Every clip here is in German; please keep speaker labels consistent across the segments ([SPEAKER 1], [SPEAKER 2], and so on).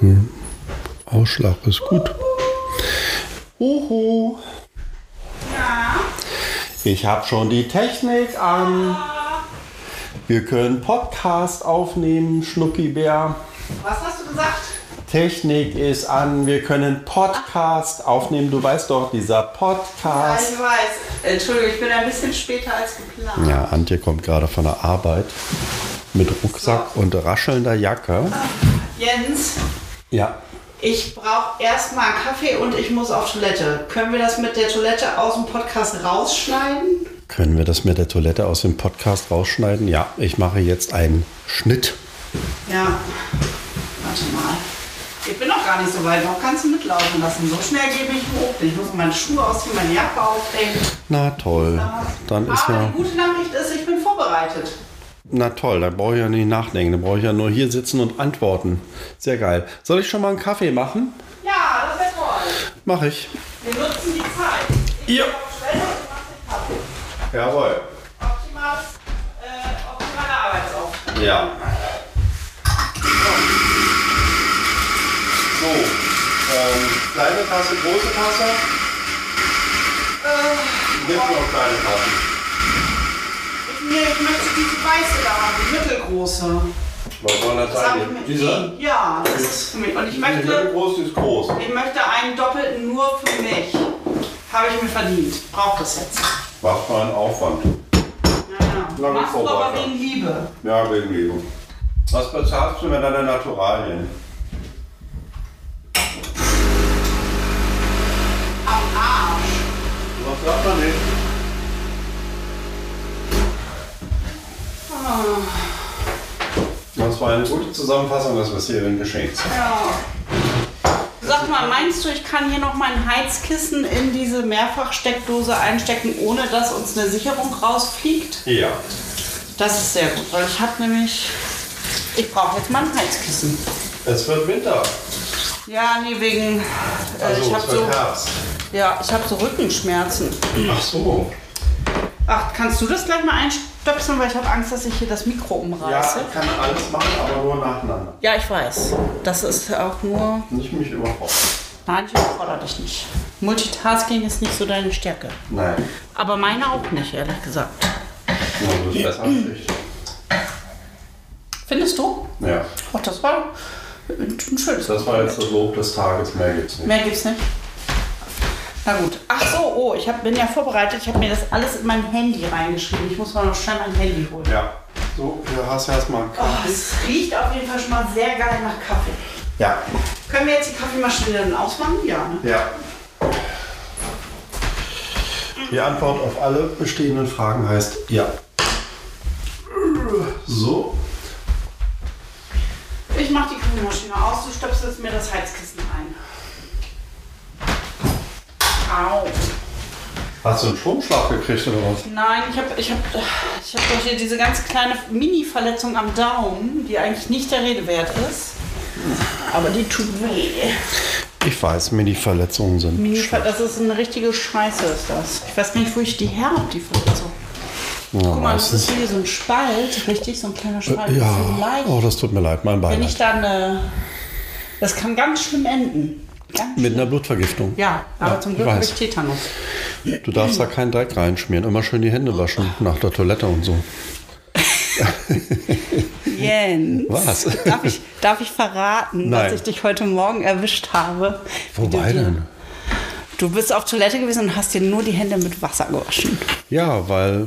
[SPEAKER 1] Hm. Ausschlag ist gut. Uhu. Ich habe schon die Technik an. Wir können Podcast aufnehmen, Schnuckibär.
[SPEAKER 2] Was hast du gesagt?
[SPEAKER 1] Technik ist an. Wir können Podcast aufnehmen. Du weißt doch, dieser
[SPEAKER 2] Ja,
[SPEAKER 1] Podcast.
[SPEAKER 2] ich weiß. Entschuldigung, ich bin ein bisschen später als geplant.
[SPEAKER 1] Ja, Antje kommt gerade von der Arbeit mit Rucksack und raschelnder Jacke.
[SPEAKER 2] Jens,
[SPEAKER 1] Ja,
[SPEAKER 2] ich brauche erstmal einen Kaffee und ich muss auf Toilette. Können wir das mit der Toilette aus dem Podcast rausschneiden?
[SPEAKER 1] Können wir das mit der Toilette aus dem Podcast rausschneiden? Ja, ich mache jetzt einen Schnitt.
[SPEAKER 2] Ja. Warte mal. Ich bin noch gar nicht so weit. Noch kannst du mitlaufen lassen. So schnell gebe ich hoch. Ich muss meine Schuhe ausziehen, meine Jacke aufhängen.
[SPEAKER 1] Na toll. Dann ist
[SPEAKER 2] Aber
[SPEAKER 1] ja.
[SPEAKER 2] die gute Nachricht ist, ich bin vorbereitet.
[SPEAKER 1] Na toll, da brauche ich ja nicht nachdenken. Da brauche ich ja nur hier sitzen und antworten. Sehr geil. Soll ich schon mal einen Kaffee machen?
[SPEAKER 2] Ja, das wäre toll.
[SPEAKER 1] Mache ich.
[SPEAKER 2] Wir nutzen die Zeit. Ich
[SPEAKER 1] Ja.
[SPEAKER 2] gehe auf Toilette und mache den Kaffee.
[SPEAKER 1] Jawohl.
[SPEAKER 2] optimales, äh, optimale Arbeitsaufgabe.
[SPEAKER 1] Ja. So. ähm, kleine Tasse, große Tasse.
[SPEAKER 2] Ähm,
[SPEAKER 1] Nimm noch kleine Tassen.
[SPEAKER 2] Ich, nee, ich möchte diese weiße da haben, die mittelgroße.
[SPEAKER 1] Was soll das
[SPEAKER 2] Das habe ich mir. Nee, Ja, das ist für mich. Und ich möchte,
[SPEAKER 1] groß ist groß.
[SPEAKER 2] ich möchte einen doppelten nur für mich. Habe ich mir verdient. Braucht das jetzt.
[SPEAKER 1] Was für ein Aufwand.
[SPEAKER 2] Naja.
[SPEAKER 1] Lange
[SPEAKER 2] Machst du aber
[SPEAKER 1] Vorbereitung.
[SPEAKER 2] wegen Liebe.
[SPEAKER 1] Ja, wegen Leben. Was bezahlst du mit deiner Naturalien?
[SPEAKER 2] Am Arsch.
[SPEAKER 1] Was sagt man nicht? Das war Ah. eine gute Zusammenfassung des bisherigen Geschehens.
[SPEAKER 2] Ja. Sag mal, meinst du, ich kann hier noch mein Heizkissen in diese Mehrfachsteckdose einstecken, ohne dass uns eine Sicherung rausfliegt?
[SPEAKER 1] Ja.
[SPEAKER 2] Das ist sehr gut, weil ich habe nämlich. Ich brauche jetzt mal ein Heizkissen.
[SPEAKER 1] Es wird Winter.
[SPEAKER 2] Ja, nee, wegen. Äh, ich
[SPEAKER 1] Also es
[SPEAKER 2] habe so,
[SPEAKER 1] wird Herbst.
[SPEAKER 2] ja, ich hab so Rückenschmerzen.
[SPEAKER 1] Ach so.
[SPEAKER 2] Ach, kannst du das gleich mal einstöpseln, weil ich habe Angst, dass ich hier das Mikro
[SPEAKER 1] Ja,
[SPEAKER 2] umreiße.
[SPEAKER 1] ich kann alles machen, aber nur nacheinander.
[SPEAKER 2] Ja, ich weiß. Das ist auch nur.
[SPEAKER 1] Nicht mich überfordern.
[SPEAKER 2] Nein, ich überfordere dich nicht. Multitasking ist nicht so deine Stärke.
[SPEAKER 1] Nein.
[SPEAKER 2] Aber meine auch nicht, ehrlich gesagt.
[SPEAKER 1] Nur so ist besser als ich.
[SPEAKER 2] Findest du?
[SPEAKER 1] Ja.
[SPEAKER 2] Ach, das war ein schönes
[SPEAKER 1] Das war jetzt das Lob des Tages, mehr gibt's nicht.
[SPEAKER 2] Mehr gibt's nicht. Na gut. Ach so, oh, ich hab, bin ja vorbereitet. Ich habe mir das alles in mein Handy reingeschrieben. Ich muss mal noch schnell mein Handy holen.
[SPEAKER 1] Ja. So, du hast erstmal einen
[SPEAKER 2] Oh,
[SPEAKER 1] Kaffee.
[SPEAKER 2] es riecht auf jeden Fall schon mal sehr geil nach Kaffee.
[SPEAKER 1] Ja.
[SPEAKER 2] Können wir jetzt die Kaffeemaschine dann ausmachen? Ja, ne?
[SPEAKER 1] Ja. Die Antwort auf alle bestehenden Fragen heißt ja. So.
[SPEAKER 2] Ich mache die Kaffeemaschine aus. Du stöpselst mir das Heizkissen ein. Au.
[SPEAKER 1] Hast du einen Stromschlag gekriegt oder was?
[SPEAKER 2] Nein, ich habe ich hab, ich hab doch hier diese ganz kleine Mini-Verletzung am Daumen, die eigentlich nicht der Rede wert ist. Aber die tut weh.
[SPEAKER 1] Ich weiß, mir die Verletzungen sind.
[SPEAKER 2] Mir gefällt- Das ist eine richtige Scheiße, ist das. Ich weiß gar nicht, wo ich die her habe, die Verletzung.
[SPEAKER 1] Oh,
[SPEAKER 2] Guck mal, das ist hier so ein Spalt, richtig, so ein kleiner Spalt. Das ist halt so
[SPEAKER 1] Äh, ja.
[SPEAKER 2] leicht.
[SPEAKER 1] Oh, das tut mir leid, mein
[SPEAKER 2] Wenn ich
[SPEAKER 1] Bein.
[SPEAKER 2] dann, äh, das kann ganz schlimm enden. Ganz
[SPEAKER 1] Mit
[SPEAKER 2] schlimm.
[SPEAKER 1] einer Blutvergiftung.
[SPEAKER 2] Ja, aber
[SPEAKER 1] Ja,
[SPEAKER 2] zum
[SPEAKER 1] ich
[SPEAKER 2] Glück habe
[SPEAKER 1] weiß.
[SPEAKER 2] ich Tetanus.
[SPEAKER 1] Du darfst da keinen Dreck reinschmieren. Immer schön die Hände waschen nach der Toilette und so.
[SPEAKER 2] Jens.
[SPEAKER 1] Was?
[SPEAKER 2] Darf ich, darf ich verraten,
[SPEAKER 1] Nein.
[SPEAKER 2] dass ich dich heute Morgen erwischt habe? Wie
[SPEAKER 1] Wobei
[SPEAKER 2] du, dir-
[SPEAKER 1] denn?
[SPEAKER 2] Du bist auf Toilette gewesen und hast dir nur die Hände mit Wasser gewaschen.
[SPEAKER 1] Ja, weil.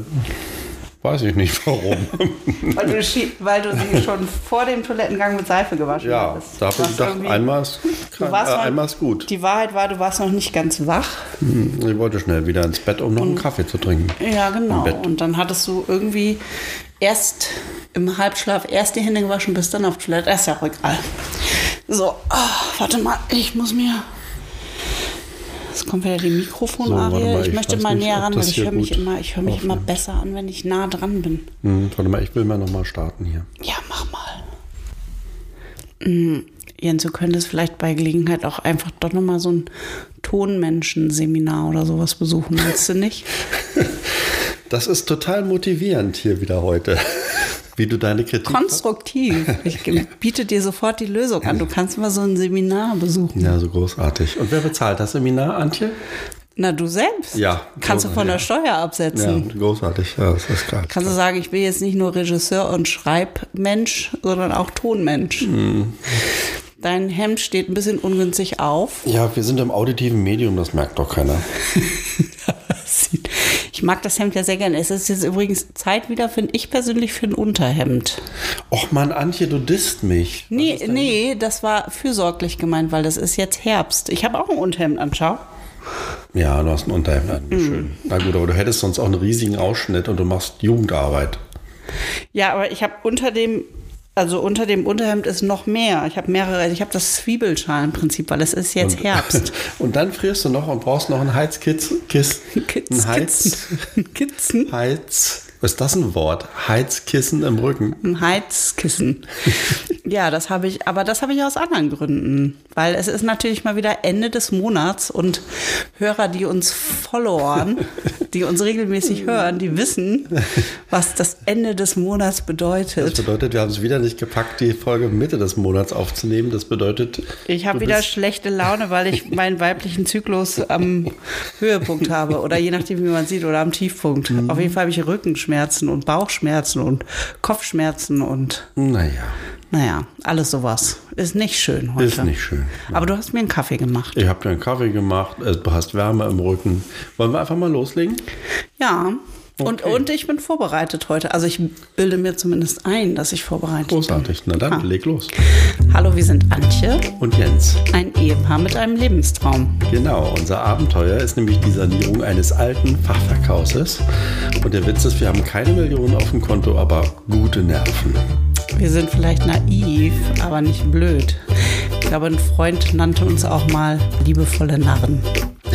[SPEAKER 1] Weiß ich nicht warum.
[SPEAKER 2] Weil du, schie- weil du sie schon vor dem Toilettengang mit Seife gewaschen
[SPEAKER 1] ja,
[SPEAKER 2] hast.
[SPEAKER 1] da habe ich
[SPEAKER 2] Was
[SPEAKER 1] gedacht,
[SPEAKER 2] irgendwie-
[SPEAKER 1] einmal ist,
[SPEAKER 2] Du
[SPEAKER 1] kein, äh,
[SPEAKER 2] warst noch-
[SPEAKER 1] einmal ist gut.
[SPEAKER 2] Die Wahrheit war, du warst noch nicht ganz wach.
[SPEAKER 1] Ich wollte schnell wieder ins Bett, um noch
[SPEAKER 2] Mhm.
[SPEAKER 1] einen Kaffee zu trinken.
[SPEAKER 2] Ja, genau.
[SPEAKER 1] Bett.
[SPEAKER 2] Und dann hattest du irgendwie erst im Halbschlaf erst die Hände gewaschen, bist dann auf Toilette. Das Ist ja auch egal. So, ah, warte mal, ich muss mir. Jetzt kommt wieder die
[SPEAKER 1] So, warte
[SPEAKER 2] Mikrofonarie.
[SPEAKER 1] mal,
[SPEAKER 2] ich,
[SPEAKER 1] ich
[SPEAKER 2] möchte
[SPEAKER 1] weiß
[SPEAKER 2] mal
[SPEAKER 1] nicht,
[SPEAKER 2] näher
[SPEAKER 1] ob
[SPEAKER 2] ran,
[SPEAKER 1] das
[SPEAKER 2] weil ich
[SPEAKER 1] hier
[SPEAKER 2] höre mich,
[SPEAKER 1] gut
[SPEAKER 2] immer, ich hör mich immer
[SPEAKER 1] aufnimmt.
[SPEAKER 2] besser an, wenn ich nah dran bin.
[SPEAKER 1] Hm, warte mal, ich will mal nochmal starten hier.
[SPEAKER 2] Ja, mach mal. Mm, Jens, du könntest vielleicht bei Gelegenheit auch einfach doch nochmal so ein Tonmenschen-Seminar oder sowas besuchen, meinst du nicht?
[SPEAKER 1] Das ist total motivierend hier wieder heute. wie du deine Kritik. ne?
[SPEAKER 2] Konstruktiv. Ich ge- biete dir sofort die Lösung an. Du kannst mal so ein Seminar besuchen.
[SPEAKER 1] ja, so großartig. Und wer bezahlt das Seminar, Antje?
[SPEAKER 2] Na, du selbst.
[SPEAKER 1] Ja,
[SPEAKER 2] Kannst du von der
[SPEAKER 1] großartig.
[SPEAKER 2] Steuer absetzen.
[SPEAKER 1] Ja, großartig. Ja, das ist klar.
[SPEAKER 2] Kannst du sagen, ich bin jetzt nicht nur Regisseur und Schreibmensch, sondern auch Tonmensch.
[SPEAKER 1] Hm.
[SPEAKER 2] Dein Hemd steht ein bisschen ungünstig auf.
[SPEAKER 1] Ja, wir sind im auditiven Medium, das merkt doch keiner.
[SPEAKER 2] Ich mag das Hemd ja sehr gerne. Es ist jetzt übrigens Zeit wieder, finde ich persönlich, für ein Unterhemd.
[SPEAKER 1] Och man, Antje, du disst mich.
[SPEAKER 2] Nee, nee, das war fürsorglich gemeint, weil das ist jetzt Herbst. Ich habe auch ein Unterhemd an, schau.
[SPEAKER 1] Ja, du hast ein Unterhemd an. wie Schön. Na gut, aber du hättest sonst auch einen riesigen Ausschnitt und du machst Jugendarbeit.
[SPEAKER 2] Ja, aber ich habe unter dem, also unter dem Unterhemd ist noch mehr. Ich habe mehrere, also ich habe das Zwiebelschalenprinzip, weil es ist jetzt Herbst.
[SPEAKER 1] Und dann frierst du noch und brauchst noch ein Heizkissen. Kissen,
[SPEAKER 2] Kitz,
[SPEAKER 1] ein Heiz,
[SPEAKER 2] Kitzen. Kitzen.
[SPEAKER 1] Heiz. Was ist das ein Wort? Heizkissen im Rücken.
[SPEAKER 2] Ein Heizkissen. ja, das habe ich, aber das habe ich aus anderen Gründen. Weil es ist natürlich mal wieder Ende des Monats und Hörer, die uns followern, die uns regelmäßig hören, die wissen, was das Ende des Monats
[SPEAKER 1] Das
[SPEAKER 2] bedeutet.
[SPEAKER 1] bedeutet, wir haben es wieder nicht gepackt, die Folge Mitte des Monats aufzunehmen. Das bedeutet,
[SPEAKER 2] Ich habe
[SPEAKER 1] du
[SPEAKER 2] wieder
[SPEAKER 1] bist-
[SPEAKER 2] schlechte Laune, weil ich meinen weiblichen Zyklus am Höhepunkt habe oder je nachdem, wie man sieht, oder am Tiefpunkt.
[SPEAKER 1] Mhm.
[SPEAKER 2] Auf jeden Fall habe ich Rückenschmerzen und Bauchschmerzen und Kopfschmerzen und
[SPEAKER 1] Naja,
[SPEAKER 2] Naja, alles sowas. Ist nicht schön heute.
[SPEAKER 1] ist nicht schön.
[SPEAKER 2] Aber du hast mir einen Kaffee gemacht.
[SPEAKER 1] Ich habe dir einen Kaffee gemacht, äh, du hast Wärme im Rücken. Wollen wir einfach mal loslegen?
[SPEAKER 2] Ja. Und,
[SPEAKER 1] Okay.
[SPEAKER 2] und ich bin vorbereitet heute. Also ich bilde mir zumindest ein, dass ich vorbereitet
[SPEAKER 1] Großartig. Na dann, leg los.
[SPEAKER 2] bin. Hallo, wir sind Antje,
[SPEAKER 1] Und Jens.
[SPEAKER 2] ein Ehepaar mit einem Lebenstraum.
[SPEAKER 1] Genau, unser Abenteuer ist nämlich die Sanierung eines alten Fachwerkhauses. Und der Witz ist, wir haben keine Millionen auf dem Konto, aber gute Nerven.
[SPEAKER 2] Wir sind vielleicht naiv, aber nicht blöd. Ich glaube, ein Freund nannte uns auch mal liebevolle Narren.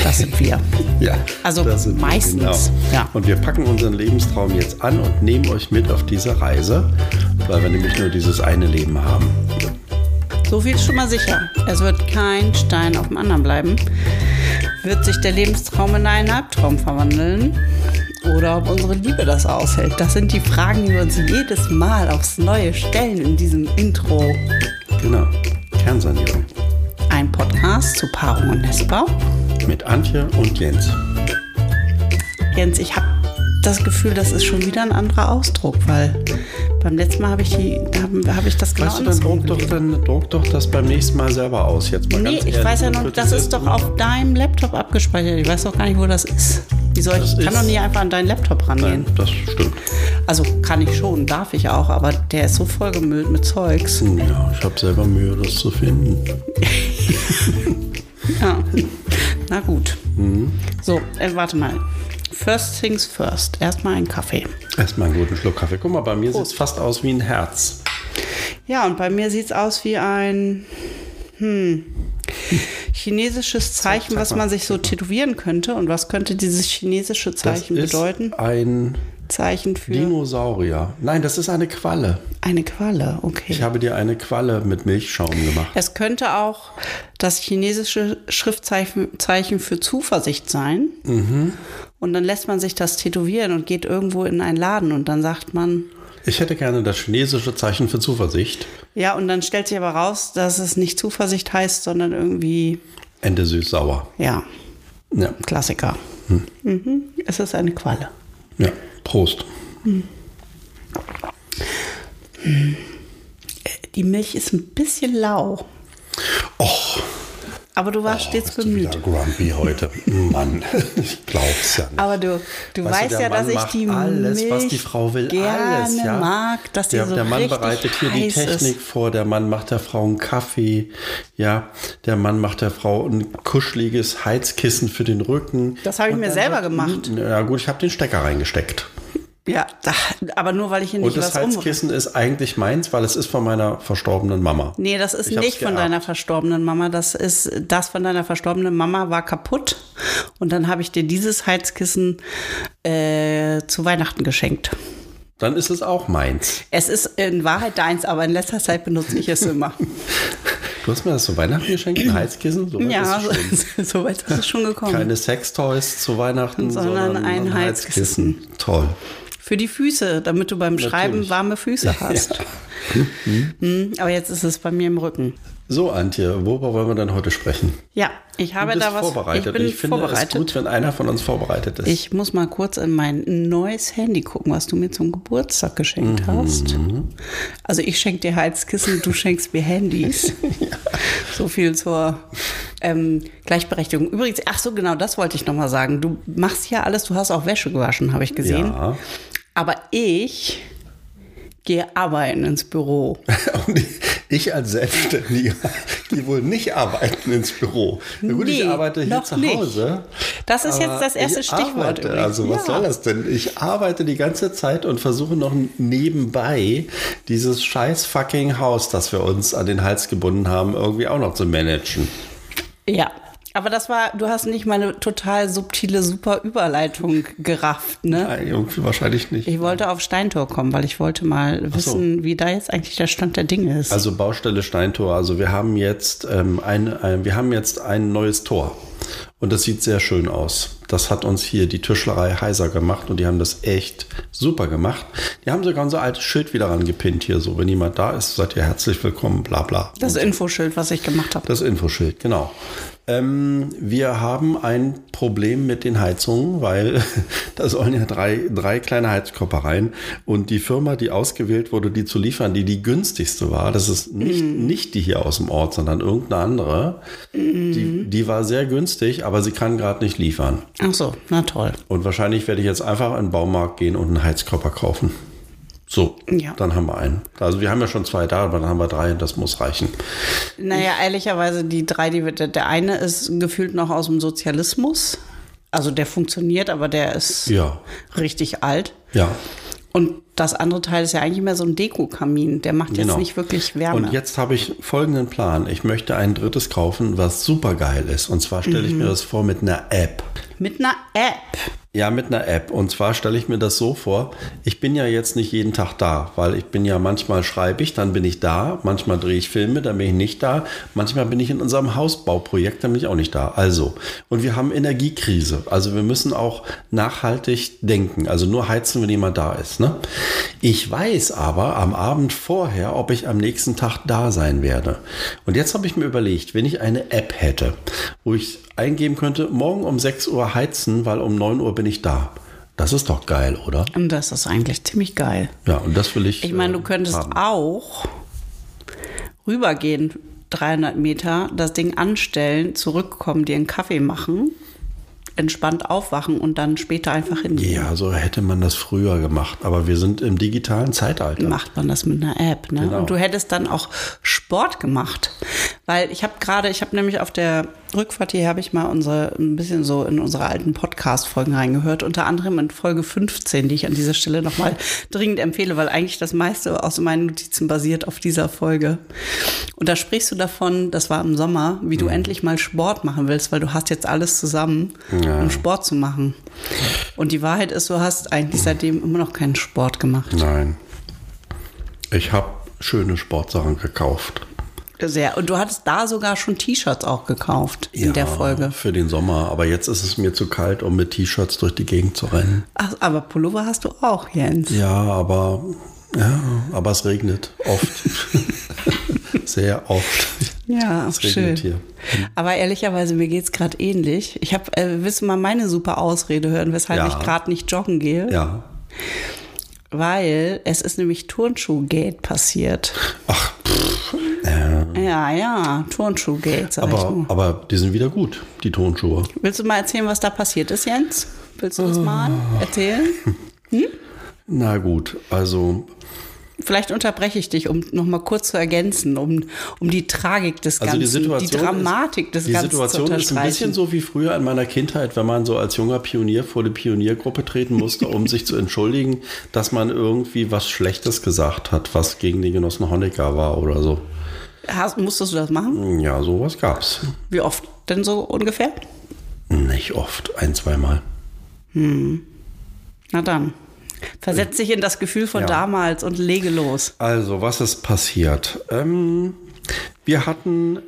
[SPEAKER 2] Das sind wir.
[SPEAKER 1] Ja,
[SPEAKER 2] Also
[SPEAKER 1] das sind wir, genau.
[SPEAKER 2] meistens, ja.
[SPEAKER 1] Und wir packen unseren Lebenstraum jetzt an und nehmen euch mit auf diese Reise, weil wir nämlich nur dieses eine Leben haben.
[SPEAKER 2] So viel ist schon mal sicher. Es wird kein Stein auf dem anderen bleiben. Wird sich der Lebenstraum in einen Albtraum verwandeln? Oder ob unsere Liebe das aushält? Das sind die Fragen, die wir uns jedes Mal aufs Neue stellen in diesem Intro.
[SPEAKER 1] Genau, Kernsanierung.
[SPEAKER 2] Ein Podcast zu Paarung und Nestbau.
[SPEAKER 1] Mit Antje und Jens.
[SPEAKER 2] Genau, Jens, ich habe das Gefühl, das ist schon wieder ein anderer Ausdruck, weil beim letzten Mal habe ich, die- da hab, hab ich das genau
[SPEAKER 1] Weißt du, dann
[SPEAKER 2] andersrum
[SPEAKER 1] druck, doch,
[SPEAKER 2] gelesen.
[SPEAKER 1] dann druck doch das beim nächsten Mal selber aus. Jetzt mal
[SPEAKER 2] Nee,
[SPEAKER 1] ganz
[SPEAKER 2] ich
[SPEAKER 1] ehrlich,
[SPEAKER 2] weiß ja
[SPEAKER 1] und
[SPEAKER 2] noch, das ist doch auf deinem Laptop abgespeichert. Ich weiß doch gar nicht, wo das ist. Wie soll ich,
[SPEAKER 1] Das
[SPEAKER 2] ich kann
[SPEAKER 1] ist-
[SPEAKER 2] doch nie einfach an deinen Laptop rangehen.
[SPEAKER 1] Nein, das stimmt.
[SPEAKER 2] Also kann ich schon, darf ich auch, aber der ist so vollgemüllt mit Zeugs.
[SPEAKER 1] Ja, ich habe selber Mühe, das zu finden.
[SPEAKER 2] Ja. Na gut.
[SPEAKER 1] Mhm.
[SPEAKER 2] So, äh, warte mal. First things first. Erstmal einen Kaffee.
[SPEAKER 1] Erstmal einen guten Schluck Kaffee. Guck mal, bei mir sieht es fast aus wie ein Herz.
[SPEAKER 2] Ja, und bei mir sieht's aus wie ein hm, chinesisches Zeichen, was man sich so tätowieren könnte. Und was könnte dieses chinesische
[SPEAKER 1] Das
[SPEAKER 2] Zeichen
[SPEAKER 1] ist
[SPEAKER 2] bedeuten?
[SPEAKER 1] ein
[SPEAKER 2] Zeichen für
[SPEAKER 1] Dinosaurier. Nein, das ist eine Qualle.
[SPEAKER 2] eine Qualle, okay.
[SPEAKER 1] Ich habe dir eine Qualle mit Milchschaum gemacht.
[SPEAKER 2] Es könnte auch das chinesische Schriftzeichen Zeichen für Zuversicht sein.
[SPEAKER 1] Mhm.
[SPEAKER 2] Und dann lässt man sich das tätowieren und geht irgendwo in einen Laden und dann sagt man,
[SPEAKER 1] Ich hätte gerne das chinesische Zeichen für Zuversicht.
[SPEAKER 2] ja, und dann stellt sich aber raus, dass es nicht Zuversicht heißt, sondern irgendwie,
[SPEAKER 1] Ende süß-sauer.
[SPEAKER 2] ja,
[SPEAKER 1] Ja.
[SPEAKER 2] Klassiker.
[SPEAKER 1] Hm.
[SPEAKER 2] Mhm. Es ist eine Qualle.
[SPEAKER 1] ja, Prost.
[SPEAKER 2] Die Milch ist ein bisschen lau,
[SPEAKER 1] Och,
[SPEAKER 2] aber du warst stets
[SPEAKER 1] bist du Oh, wieder
[SPEAKER 2] bemüht.
[SPEAKER 1] grumpy heute. Mann, ich glaub's ja nicht.
[SPEAKER 2] Aber du, du
[SPEAKER 1] Weißt
[SPEAKER 2] weißt
[SPEAKER 1] du, der
[SPEAKER 2] ja,
[SPEAKER 1] Mann
[SPEAKER 2] dass ich
[SPEAKER 1] macht
[SPEAKER 2] die
[SPEAKER 1] alles,
[SPEAKER 2] Milch
[SPEAKER 1] was die Frau will,
[SPEAKER 2] gerne
[SPEAKER 1] alles, ja.
[SPEAKER 2] mag, dass die
[SPEAKER 1] der,
[SPEAKER 2] so
[SPEAKER 1] der Mann
[SPEAKER 2] richtig
[SPEAKER 1] bereitet hier die
[SPEAKER 2] heiß ist.
[SPEAKER 1] Technik vor, der Mann macht der Frau einen Kaffee, ja, der Mann macht der Frau ein kuscheliges Heizkissen für den Rücken.
[SPEAKER 2] Das habe ich
[SPEAKER 1] Und
[SPEAKER 2] mir
[SPEAKER 1] dann
[SPEAKER 2] selber
[SPEAKER 1] sagt,
[SPEAKER 2] gemacht.
[SPEAKER 1] "Hm, Ja gut, ich habe den Stecker reingesteckt.
[SPEAKER 2] Ja, ach, aber nur weil ich hier
[SPEAKER 1] Und
[SPEAKER 2] nicht
[SPEAKER 1] das
[SPEAKER 2] was umrühre.
[SPEAKER 1] Heizkissen ist eigentlich meins, weil es ist von meiner verstorbenen Mama.
[SPEAKER 2] Nee, das ist
[SPEAKER 1] Ich hab's
[SPEAKER 2] nicht von
[SPEAKER 1] geerbt.
[SPEAKER 2] deiner verstorbenen Mama. Das ist das von deiner verstorbenen Mama war kaputt. Und dann habe ich dir dieses Heizkissen äh, zu Weihnachten geschenkt.
[SPEAKER 1] Dann ist es auch meins.
[SPEAKER 2] Es ist in Wahrheit deins, aber in letzter Zeit benutze ich es immer.
[SPEAKER 1] Du hast mir das zu Weihnachten geschenkt, ein Heizkissen? So weit
[SPEAKER 2] ja, also
[SPEAKER 1] also ist es schon.
[SPEAKER 2] so weit ist es schon gekommen.
[SPEAKER 1] Keine Sextoys zu Weihnachten,
[SPEAKER 2] Sondern
[SPEAKER 1] sondern,
[SPEAKER 2] ein Heizkissen.
[SPEAKER 1] Toll.
[SPEAKER 2] Für die Füße, damit du beim Schreiben
[SPEAKER 1] Natürlich.
[SPEAKER 2] warme Füße hast. Hm, aber jetzt ist es bei mir im Rücken.
[SPEAKER 1] So, Antje, worüber wollen wir dann heute sprechen?
[SPEAKER 2] Ja, ich habe
[SPEAKER 1] du bist
[SPEAKER 2] da was.
[SPEAKER 1] vorbereitet.
[SPEAKER 2] Ich bin
[SPEAKER 1] ich finde
[SPEAKER 2] vorbereitet.
[SPEAKER 1] es gut, wenn einer von uns vorbereitet ist.
[SPEAKER 2] Ich muss mal kurz in mein neues Handy gucken, was du mir zum Geburtstag
[SPEAKER 1] Mhm.
[SPEAKER 2] geschenkt hast. Also ich schenke dir Heizkissen, du schenkst mir Handys. So viel zur ähm, Gleichberechtigung. Übrigens, ach so genau, das wollte ich noch mal sagen. Du machst ja alles, du hast auch Wäsche gewaschen, habe ich gesehen.
[SPEAKER 1] ja.
[SPEAKER 2] Aber ich gehe arbeiten ins Büro.
[SPEAKER 1] Und ich als Selbstständiger gehe wohl nicht arbeiten ins Büro. Na gut, ich
[SPEAKER 2] Nee,
[SPEAKER 1] arbeite hier
[SPEAKER 2] noch
[SPEAKER 1] zu
[SPEAKER 2] nicht.
[SPEAKER 1] Hause.
[SPEAKER 2] Das ist
[SPEAKER 1] aber
[SPEAKER 2] jetzt das erste
[SPEAKER 1] ich
[SPEAKER 2] Stichwort.
[SPEAKER 1] Arbeite,
[SPEAKER 2] übrigens.
[SPEAKER 1] also was
[SPEAKER 2] ja.
[SPEAKER 1] soll das denn? Ich arbeite die ganze Zeit und versuche noch nebenbei dieses scheiß fucking Haus, das wir uns an den Hals gebunden haben, irgendwie auch noch zu managen.
[SPEAKER 2] Ja, aber das war, du hast nicht meine total subtile, super Überleitung gerafft, ne?
[SPEAKER 1] Nein, Äh, irgendwie wahrscheinlich nicht.
[SPEAKER 2] Ich wollte auf Steintor kommen, weil ich wollte mal wissen, wie da jetzt eigentlich der Stand der Dinge ist.
[SPEAKER 1] Also Baustelle Steintor. Also wir haben jetzt ähm, ein, ein, wir haben jetzt ein neues Tor und das sieht sehr schön aus. Das hat uns hier die Tischlerei Heiser gemacht und die haben das echt super gemacht. Die haben sogar unser altes Schild wieder rangepinnt hier. So, wenn jemand da ist, seid ihr herzlich willkommen. Bla bla.
[SPEAKER 2] das Infoschild, was ich gemacht habe.
[SPEAKER 1] Das Infoschild, genau. Ähm, wir haben ein Problem mit den Heizungen, weil da sollen ja drei, drei kleine Heizkörper rein. Und die Firma, die ausgewählt wurde, die zu liefern, die die günstigste war, das ist nicht, nicht die hier aus dem Ort, sondern irgendeine andere, die, die war sehr günstig, aber sie kann gerade nicht liefern.
[SPEAKER 2] Ach so, na toll.
[SPEAKER 1] Und wahrscheinlich werde ich jetzt einfach in den Baumarkt gehen und einen Heizkörper kaufen. So,
[SPEAKER 2] Ja.
[SPEAKER 1] dann haben wir einen. Also wir haben ja schon zwei da, aber dann haben wir drei und das muss reichen.
[SPEAKER 2] Naja, ehrlicherweise, die drei, die wir, der der eine ist gefühlt noch aus dem Sozialismus. Also der funktioniert, aber der ist
[SPEAKER 1] Ja,
[SPEAKER 2] richtig alt.
[SPEAKER 1] ja.
[SPEAKER 2] Und das andere Teil ist ja eigentlich mehr so ein Dekokamin. Der macht jetzt
[SPEAKER 1] Genau.
[SPEAKER 2] nicht wirklich Wärme.
[SPEAKER 1] Und jetzt habe ich folgenden Plan. Ich möchte ein drittes kaufen, was super geil ist. Und zwar stelle ich
[SPEAKER 2] Mhm.
[SPEAKER 1] mir das vor mit einer App.
[SPEAKER 2] Mit einer App.
[SPEAKER 1] Ja, mit einer App. Und zwar stelle ich mir das so vor, ich bin ja jetzt nicht jeden Tag da, weil ich bin ja manchmal schreibe ich, dann bin ich da, manchmal drehe ich Filme, dann bin ich nicht da, manchmal bin ich in unserem Hausbauprojekt, dann bin ich auch nicht da. Also, und wir haben Energiekrise. Also wir müssen auch nachhaltig denken. Also nur heizen, wenn jemand da ist. Ne? Ich weiß aber am Abend vorher, ob ich am nächsten Tag da sein werde. Und jetzt habe ich mir überlegt, wenn ich eine App hätte, wo ich eingeben könnte, morgen um 6 Uhr heizen, weil um 9 Uhr bin ich da. Das ist doch geil, oder?
[SPEAKER 2] Und das ist eigentlich ziemlich geil.
[SPEAKER 1] Ja, und das will ich.
[SPEAKER 2] Ich meine, du
[SPEAKER 1] äh,
[SPEAKER 2] könntest
[SPEAKER 1] haben.
[SPEAKER 2] auch rübergehen, 300 Meter, das Ding anstellen, zurückkommen, dir einen Kaffee machen, entspannt aufwachen und dann später einfach hingehen.
[SPEAKER 1] Ja, so hätte man das früher gemacht. Aber wir sind im digitalen Zeitalter.
[SPEAKER 2] Macht man das mit einer App, ne?
[SPEAKER 1] Genau.
[SPEAKER 2] Und du hättest dann auch Sport gemacht, weil ich habe gerade, ich habe nämlich auf der Rückfahrt hier habe ich mal unsere ein bisschen so in unsere alten Podcast Folgen reingehört, unter anderem in Folge 15, die ich an dieser Stelle noch mal dringend empfehle, weil eigentlich das meiste aus meinen Notizen basiert auf dieser Folge. Und da sprichst du davon, das war im Sommer, wie du endlich mal Sport machen willst, weil du hast jetzt alles zusammen, um Sport zu machen. Und die Wahrheit ist, du hast eigentlich seitdem immer noch keinen Sport gemacht.
[SPEAKER 1] Nein. Ich habe schöne Sportsachen gekauft.
[SPEAKER 2] Sehr. Und du hattest da sogar schon T-Shirts auch gekauft in der Folge.
[SPEAKER 1] Für den Sommer. Aber jetzt ist es mir zu kalt, um mit T-Shirts durch die Gegend zu rennen.
[SPEAKER 2] Ach, aber Pullover hast du auch, Jens.
[SPEAKER 1] Ja, aber. Ja, aber es regnet oft. Sehr oft.
[SPEAKER 2] Ja,
[SPEAKER 1] Es
[SPEAKER 2] schön.
[SPEAKER 1] regnet hier.
[SPEAKER 2] Aber ehrlicherweise, mir geht's grad gerade ähnlich. Ich habe, äh, willst du mal meine super Ausrede hören, weshalb
[SPEAKER 1] Ja.
[SPEAKER 2] ich gerade nicht joggen gehe?
[SPEAKER 1] Ja.
[SPEAKER 2] Weil es ist nämlich Turnschuhgate passiert.
[SPEAKER 1] Ach, pff. Äh,
[SPEAKER 2] Ja, ja, Turnschuhgate, sag ich
[SPEAKER 1] aber,
[SPEAKER 2] nur.
[SPEAKER 1] aber die sind wieder gut, die Tonschuhe.
[SPEAKER 2] Willst du mal erzählen, was da passiert ist, Jens? Willst du
[SPEAKER 1] Ah.
[SPEAKER 2] das mal erzählen?
[SPEAKER 1] Na gut, also
[SPEAKER 2] Vielleicht unterbreche ich dich, um nochmal kurz zu ergänzen, um, um die Tragik des
[SPEAKER 1] Also
[SPEAKER 2] Ganzen,
[SPEAKER 1] die Situation,
[SPEAKER 2] Dramatik des
[SPEAKER 1] ist, die
[SPEAKER 2] Ganzen
[SPEAKER 1] Situation ist
[SPEAKER 2] zu
[SPEAKER 1] ein
[SPEAKER 2] unterstreichen.
[SPEAKER 1] bisschen so wie früher in meiner Kindheit, wenn man so als junger Pionier vor die Pioniergruppe treten musste, um sich zu entschuldigen, dass man irgendwie was Schlechtes gesagt hat, was gegen den Genossen Honecker war oder so.
[SPEAKER 2] Hast, musstest du das machen?
[SPEAKER 1] Ja, sowas gab's.
[SPEAKER 2] Wie oft denn so ungefähr?
[SPEAKER 1] Nicht oft, ein, zweimal.
[SPEAKER 2] Na dann. Versetz dich in das Gefühl von
[SPEAKER 1] Ja.
[SPEAKER 2] damals und lege los.
[SPEAKER 1] Also, was ist passiert? Ähm, wir hatten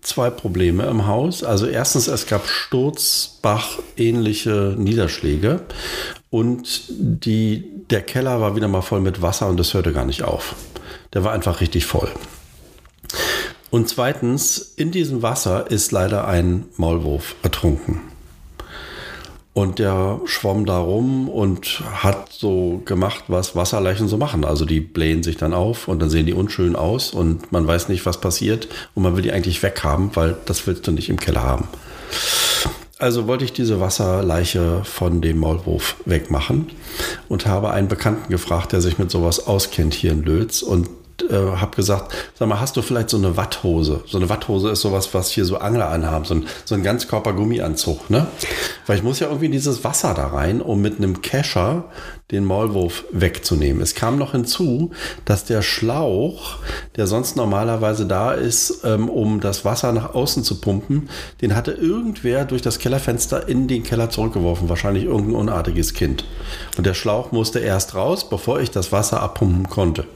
[SPEAKER 1] zwei Probleme im Haus. Also erstens, es gab Sturzbach-ähnliche Niederschläge. Und die, der Keller war wieder mal voll mit Wasser und das hörte gar nicht auf. Der war einfach richtig voll. Und zweitens, in diesem Wasser ist leider ein Maulwurf ertrunken. Und der schwamm da rum und hat so gemacht, was Wasserleichen so machen. Also die blähen sich dann auf und dann sehen die unschön aus und man weiß nicht, was passiert. Und man will die eigentlich weghaben, weil das willst du nicht im Keller haben. Also wollte ich diese Wasserleiche von dem Maulwurf wegmachen und habe einen Bekannten gefragt, der sich mit sowas auskennt hier in Lötz und äh, habe gesagt, sag mal, hast du vielleicht so eine Watthose? So eine Watthose ist sowas, was hier so Angler anhaben, so ein, so ein Ganzkörper-Gummianzug, ne? Weil ich muss ja irgendwie dieses Wasser da rein, um mit einem Kescher den Maulwurf wegzunehmen. Es kam noch hinzu, dass der Schlauch, der sonst normalerweise da ist, ähm, um das Wasser nach außen zu pumpen, den hatte irgendwer durch das Kellerfenster in den Keller zurückgeworfen, wahrscheinlich irgendein unartiges Kind. Und der Schlauch musste erst raus, bevor ich das Wasser abpumpen konnte.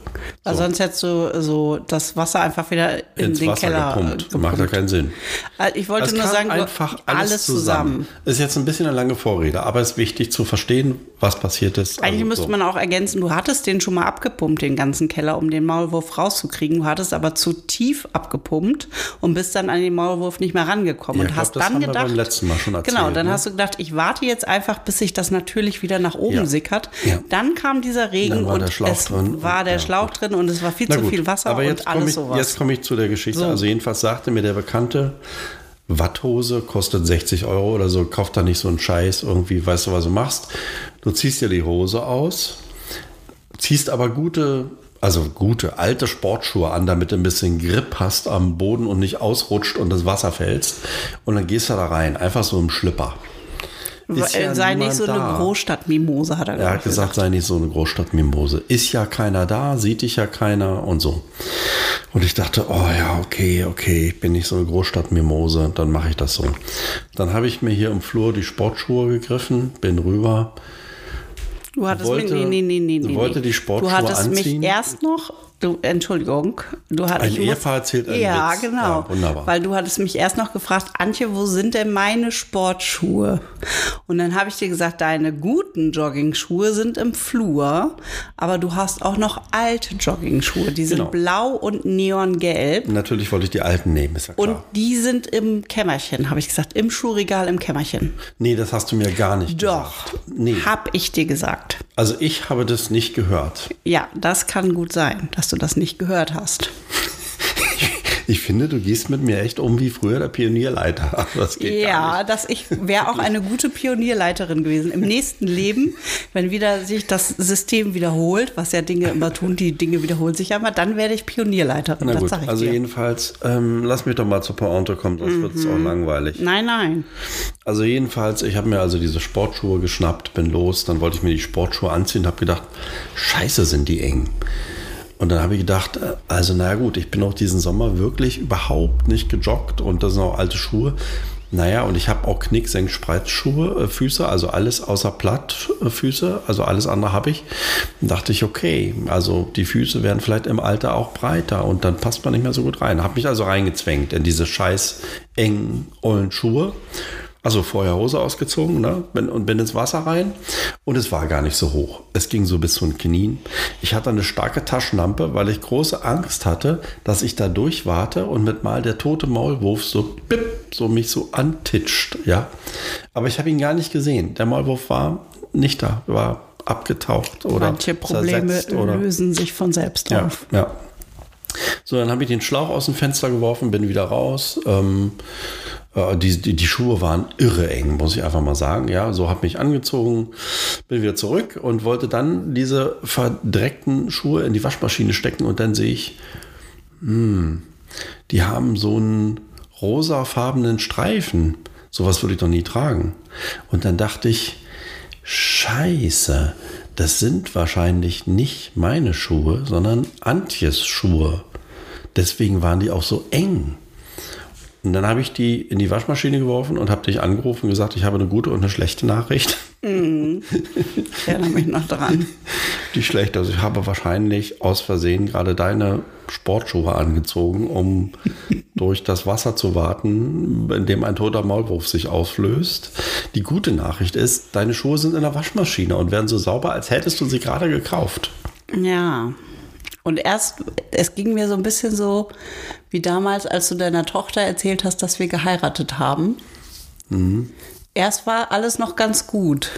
[SPEAKER 2] Weil
[SPEAKER 1] So.
[SPEAKER 2] sonst hättest du so das Wasser einfach wieder in
[SPEAKER 1] ins
[SPEAKER 2] den
[SPEAKER 1] Wasser
[SPEAKER 2] Keller
[SPEAKER 1] gepumpt.
[SPEAKER 2] gepumpt.
[SPEAKER 1] Macht ja keinen Sinn.
[SPEAKER 2] Also Ich wollte
[SPEAKER 1] Das
[SPEAKER 2] nur
[SPEAKER 1] kam
[SPEAKER 2] sagen,
[SPEAKER 1] einfach alles, zusammen. Ist jetzt ein bisschen eine lange Vorrede, aber es ist wichtig zu verstehen, was passiert ist.
[SPEAKER 2] Eigentlich
[SPEAKER 1] Also
[SPEAKER 2] müsste
[SPEAKER 1] so.
[SPEAKER 2] man auch ergänzen, du hattest den schon mal abgepumpt, den ganzen Keller, um den Maulwurf rauszukriegen. Du hattest aber zu tief abgepumpt und bist dann an den Maulwurf nicht mehr rangekommen.
[SPEAKER 1] Ja,
[SPEAKER 2] und
[SPEAKER 1] ich
[SPEAKER 2] hast
[SPEAKER 1] glaub, das
[SPEAKER 2] dann
[SPEAKER 1] haben wir
[SPEAKER 2] gedacht.
[SPEAKER 1] beim letzten Mal schon erzählt,
[SPEAKER 2] genau, dann
[SPEAKER 1] ne?
[SPEAKER 2] hast du gedacht, ich warte jetzt einfach, bis sich das natürlich wieder nach oben
[SPEAKER 1] Ja.
[SPEAKER 2] sickert.
[SPEAKER 1] Ja.
[SPEAKER 2] Dann kam dieser Regen
[SPEAKER 1] Dann war
[SPEAKER 2] und
[SPEAKER 1] der Schlauch
[SPEAKER 2] es
[SPEAKER 1] drin
[SPEAKER 2] war
[SPEAKER 1] und-
[SPEAKER 2] der
[SPEAKER 1] ja,
[SPEAKER 2] Schlauch drin und es war viel zu viel Wasser
[SPEAKER 1] aber jetzt
[SPEAKER 2] und alles
[SPEAKER 1] komme ich,
[SPEAKER 2] sowas.
[SPEAKER 1] Jetzt komme ich zu der Geschichte.
[SPEAKER 2] So.
[SPEAKER 1] Also jedenfalls sagte mir der Bekannte, Watthose kostet 60 Euro oder so, kauf da nicht so einen Scheiß, irgendwie weißt du, was du machst. Du ziehst dir die Hose aus, ziehst aber gute, also gute alte Sportschuhe an, damit du ein bisschen Grip hast am Boden und nicht ausrutscht und ins Wasser fällst. Und dann gehst du da rein, einfach so im Schlipper. Ist ja
[SPEAKER 2] Sei nicht
[SPEAKER 1] niemand
[SPEAKER 2] so
[SPEAKER 1] da.
[SPEAKER 2] eine Großstadtmimose, hat er,
[SPEAKER 1] Er
[SPEAKER 2] glaub
[SPEAKER 1] hat
[SPEAKER 2] ich,
[SPEAKER 1] gesagt, sei nicht so eine Großstadtmimose. Ist ja keiner da, sieht dich ja keiner und so. Und ich dachte, oh ja, okay, okay, ich bin nicht so eine Großstadtmimose, dann mache ich das so. Dann habe ich mir hier im Flur die Sportschuhe gegriffen, bin rüber.
[SPEAKER 2] Du hattest
[SPEAKER 1] wollte-
[SPEAKER 2] mich, nee, nee, nee, nee,
[SPEAKER 1] du
[SPEAKER 2] nee.
[SPEAKER 1] wollte die Sportschuhe
[SPEAKER 2] Du hattest
[SPEAKER 1] anziehen?
[SPEAKER 2] mich erst noch, du, Entschuldigung, du hattest
[SPEAKER 1] Ein Ehepaar erzählt einen
[SPEAKER 2] Ja,
[SPEAKER 1] Witz.
[SPEAKER 2] genau.
[SPEAKER 1] Ja, wunderbar.
[SPEAKER 2] Weil du hattest mich erst noch gefragt, Antje, wo sind denn meine Sportschuhe? Und dann habe ich dir gesagt, deine guten Joggingschuhe sind im Flur, aber du hast auch noch alte Joggingschuhe, die sind
[SPEAKER 1] Genau.
[SPEAKER 2] blau und neongelb.
[SPEAKER 1] Natürlich wollte ich die alten nehmen, ist ja klar.
[SPEAKER 2] Und die sind im Kämmerchen, habe ich gesagt, im Schuhregal im Kämmerchen.
[SPEAKER 1] nee, das hast du mir gar nicht
[SPEAKER 2] Doch,
[SPEAKER 1] gesagt. Nee,
[SPEAKER 2] habe ich dir gesagt.
[SPEAKER 1] also ich habe das nicht gehört.
[SPEAKER 2] Ja, das kann gut sein, dass du das nicht gehört hast.
[SPEAKER 1] Ich finde, du gehst mit mir echt um wie früher der Pionierleiter. Aber das geht gar
[SPEAKER 2] Ja,
[SPEAKER 1] nicht.
[SPEAKER 2] dass ich wäre auch eine gute Pionierleiterin gewesen. Im nächsten Leben, wenn wieder sich das System wiederholt, was ja Dinge immer tun, die Dinge wiederholen sich ja immer, dann werde ich Pionierleiterin.
[SPEAKER 1] Na
[SPEAKER 2] das
[SPEAKER 1] gut,
[SPEAKER 2] sag ich
[SPEAKER 1] also
[SPEAKER 2] dir. Mhm.
[SPEAKER 1] jedenfalls, ähm, lass mich doch mal zur Pointe kommen, sonst wird es auch langweilig.
[SPEAKER 2] Nein, nein.
[SPEAKER 1] Also jedenfalls, ich habe mir also diese Sportschuhe geschnappt, bin los, dann wollte ich mir die Sportschuhe anziehen, habe gedacht, scheiße sind die eng. Und dann habe ich gedacht, äh, also na gut, ich bin auch diesen Sommer wirklich überhaupt nicht gejoggt und das sind auch alte Schuhe. Naja, und ich habe auch Knicksenk-Spreizschuhe, äh, Füße, also alles außer Plattfüße, also alles andere habe ich. Dann dachte ich, okay, also die Füße werden vielleicht im Alter auch breiter und dann passt man nicht mehr so gut rein. Habe mich also reingezwängt in diese scheiß engen, ollen Schuhe. Also vorher Hose ausgezogen ne? bin, und bin ins Wasser rein. Und es war gar nicht so hoch. Es ging so bis zu den Knien. Ich hatte eine starke Taschenlampe, weil ich große Angst hatte, dass ich da durchwarte und mit mal der tote Maulwurf so bip, so mich so antitscht. Ja? Aber ich habe ihn gar nicht gesehen. Der Maulwurf war nicht da, war abgetaucht oder
[SPEAKER 2] Manche Probleme
[SPEAKER 1] zersetzt oder
[SPEAKER 2] lösen sich von selbst
[SPEAKER 1] ja,
[SPEAKER 2] auf.
[SPEAKER 1] ja. So, dann habe ich den Schlauch aus dem Fenster geworfen, bin wieder raus. Ähm, äh, die, die, die Schuhe waren irre eng, muss ich einfach mal sagen. Ja, so habe mich angezogen, bin wieder zurück und wollte dann diese verdreckten Schuhe in die Waschmaschine stecken und dann sehe ich, hm, die haben so einen rosafarbenen Streifen. Sowas würde ich doch nie tragen. Und dann dachte ich, Scheiße, das sind wahrscheinlich nicht meine Schuhe, sondern Antjes Schuhe. Deswegen waren die auch so eng. Und dann habe ich die in die Waschmaschine geworfen und habe dich angerufen und gesagt, ich habe eine gute und eine schlechte Nachricht.
[SPEAKER 2] Ich erinnere mich noch daran.
[SPEAKER 1] die schlecht aus. Ich habe wahrscheinlich aus Versehen gerade deine Sportschuhe angezogen, um durch das Wasser zu warten, in dem ein toter Maulwurf sich auflöst. Die gute Nachricht ist, deine Schuhe sind in der Waschmaschine und werden so sauber, als hättest du sie gerade gekauft.
[SPEAKER 2] Ja. Und erst, es ging mir so ein bisschen so wie damals, als du deiner Tochter erzählt hast, dass wir geheiratet haben. Erst war alles noch ganz gut.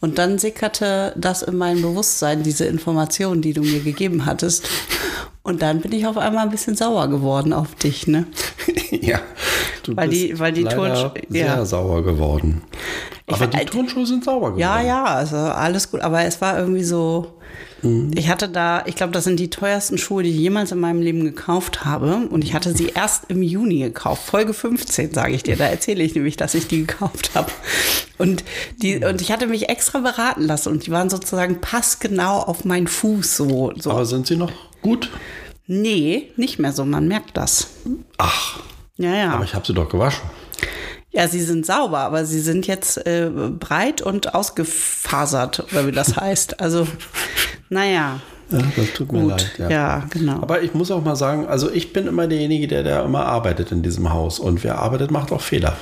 [SPEAKER 2] Und dann sickerte das in mein Bewusstsein, diese Information, die du mir gegeben hattest. Und dann bin ich auf einmal ein bisschen sauer geworden auf dich, ne?
[SPEAKER 1] ja. Du
[SPEAKER 2] Weil die- weil die
[SPEAKER 1] leider
[SPEAKER 2] Turnschu-
[SPEAKER 1] sehr
[SPEAKER 2] ja.
[SPEAKER 1] sauer geworden. Aber die
[SPEAKER 2] äh,
[SPEAKER 1] Turnschuhe sind sauber geworden.
[SPEAKER 2] Ja, ja, also alles gut. Aber es war irgendwie so,
[SPEAKER 1] Mhm.
[SPEAKER 2] ich hatte da, ich glaube, das sind die teuersten Schuhe, die ich jemals in meinem Leben gekauft habe. Und ich hatte sie erst im Juni gekauft. Folge 15, sage ich dir. Da erzähle ich nämlich, dass ich die gekauft habe. Und, die,
[SPEAKER 1] Mhm.
[SPEAKER 2] und ich hatte mich extra beraten lassen. Und die waren sozusagen passgenau auf meinen Fuß. So, so.
[SPEAKER 1] Aber sind sie noch gut?
[SPEAKER 2] nee, nicht mehr so. Man merkt das.
[SPEAKER 1] Ach,
[SPEAKER 2] Ja, ja.
[SPEAKER 1] aber ich habe sie doch gewaschen.
[SPEAKER 2] Ja, sie sind sauber, aber sie sind jetzt äh, breit und ausgefasert, oder wie das heißt. Also, naja,
[SPEAKER 1] Ja, das tut mir
[SPEAKER 2] gut.
[SPEAKER 1] leid.
[SPEAKER 2] ja. genau.
[SPEAKER 1] Aber ich muss auch mal sagen, also ich bin immer derjenige, der da immer arbeitet in diesem Haus. Und wer arbeitet, macht auch Fehler.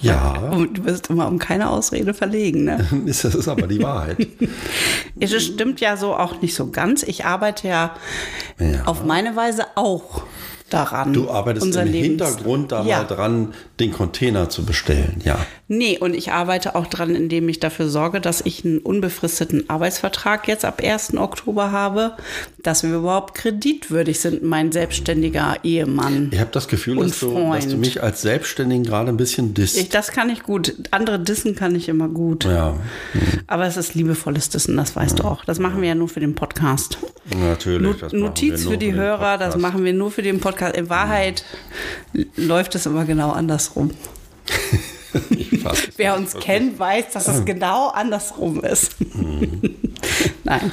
[SPEAKER 1] Ja,
[SPEAKER 2] Und du bist immer um keine Ausrede verlegen, ne?
[SPEAKER 1] das ist aber die Wahrheit.
[SPEAKER 2] Es stimmt ja so auch nicht so ganz. Ich arbeite ja,
[SPEAKER 1] Ja.
[SPEAKER 2] auf meine Weise auch daran.
[SPEAKER 1] Du arbeitest
[SPEAKER 2] unser
[SPEAKER 1] im
[SPEAKER 2] Lebens-
[SPEAKER 1] Hintergrund da
[SPEAKER 2] ja.
[SPEAKER 1] mal dran, den Container zu bestellen. Ja,
[SPEAKER 2] Nee, und ich arbeite auch dran, indem ich dafür sorge, dass ich einen unbefristeten Arbeitsvertrag jetzt ab 1. Oktober habe, dass wir überhaupt kreditwürdig sind, mein selbstständiger Ehemann.
[SPEAKER 1] ich habe das Gefühl,
[SPEAKER 2] Und
[SPEAKER 1] dass du, dass du
[SPEAKER 2] Freund.
[SPEAKER 1] mich als Selbstständigen gerade ein bisschen disst.
[SPEAKER 2] Ich, das kann ich gut. Andere dissen kann ich immer gut.
[SPEAKER 1] ja,
[SPEAKER 2] Aber es ist liebevolles Dissen, das weißt du auch. Das machen wir ja nur für den Podcast.
[SPEAKER 1] natürlich.
[SPEAKER 2] Not-
[SPEAKER 1] das machen wir
[SPEAKER 2] Notiz
[SPEAKER 1] nur
[SPEAKER 2] für die
[SPEAKER 1] den
[SPEAKER 2] Hörer, das
[SPEAKER 1] Podcast.
[SPEAKER 2] machen wir nur für den Podcast. In Wahrheit l- läuft es immer genau andersrum.
[SPEAKER 1] Ich weiß.
[SPEAKER 2] Wer uns kennt, weiß, dass
[SPEAKER 1] Hm.
[SPEAKER 2] es genau andersrum ist. Nein,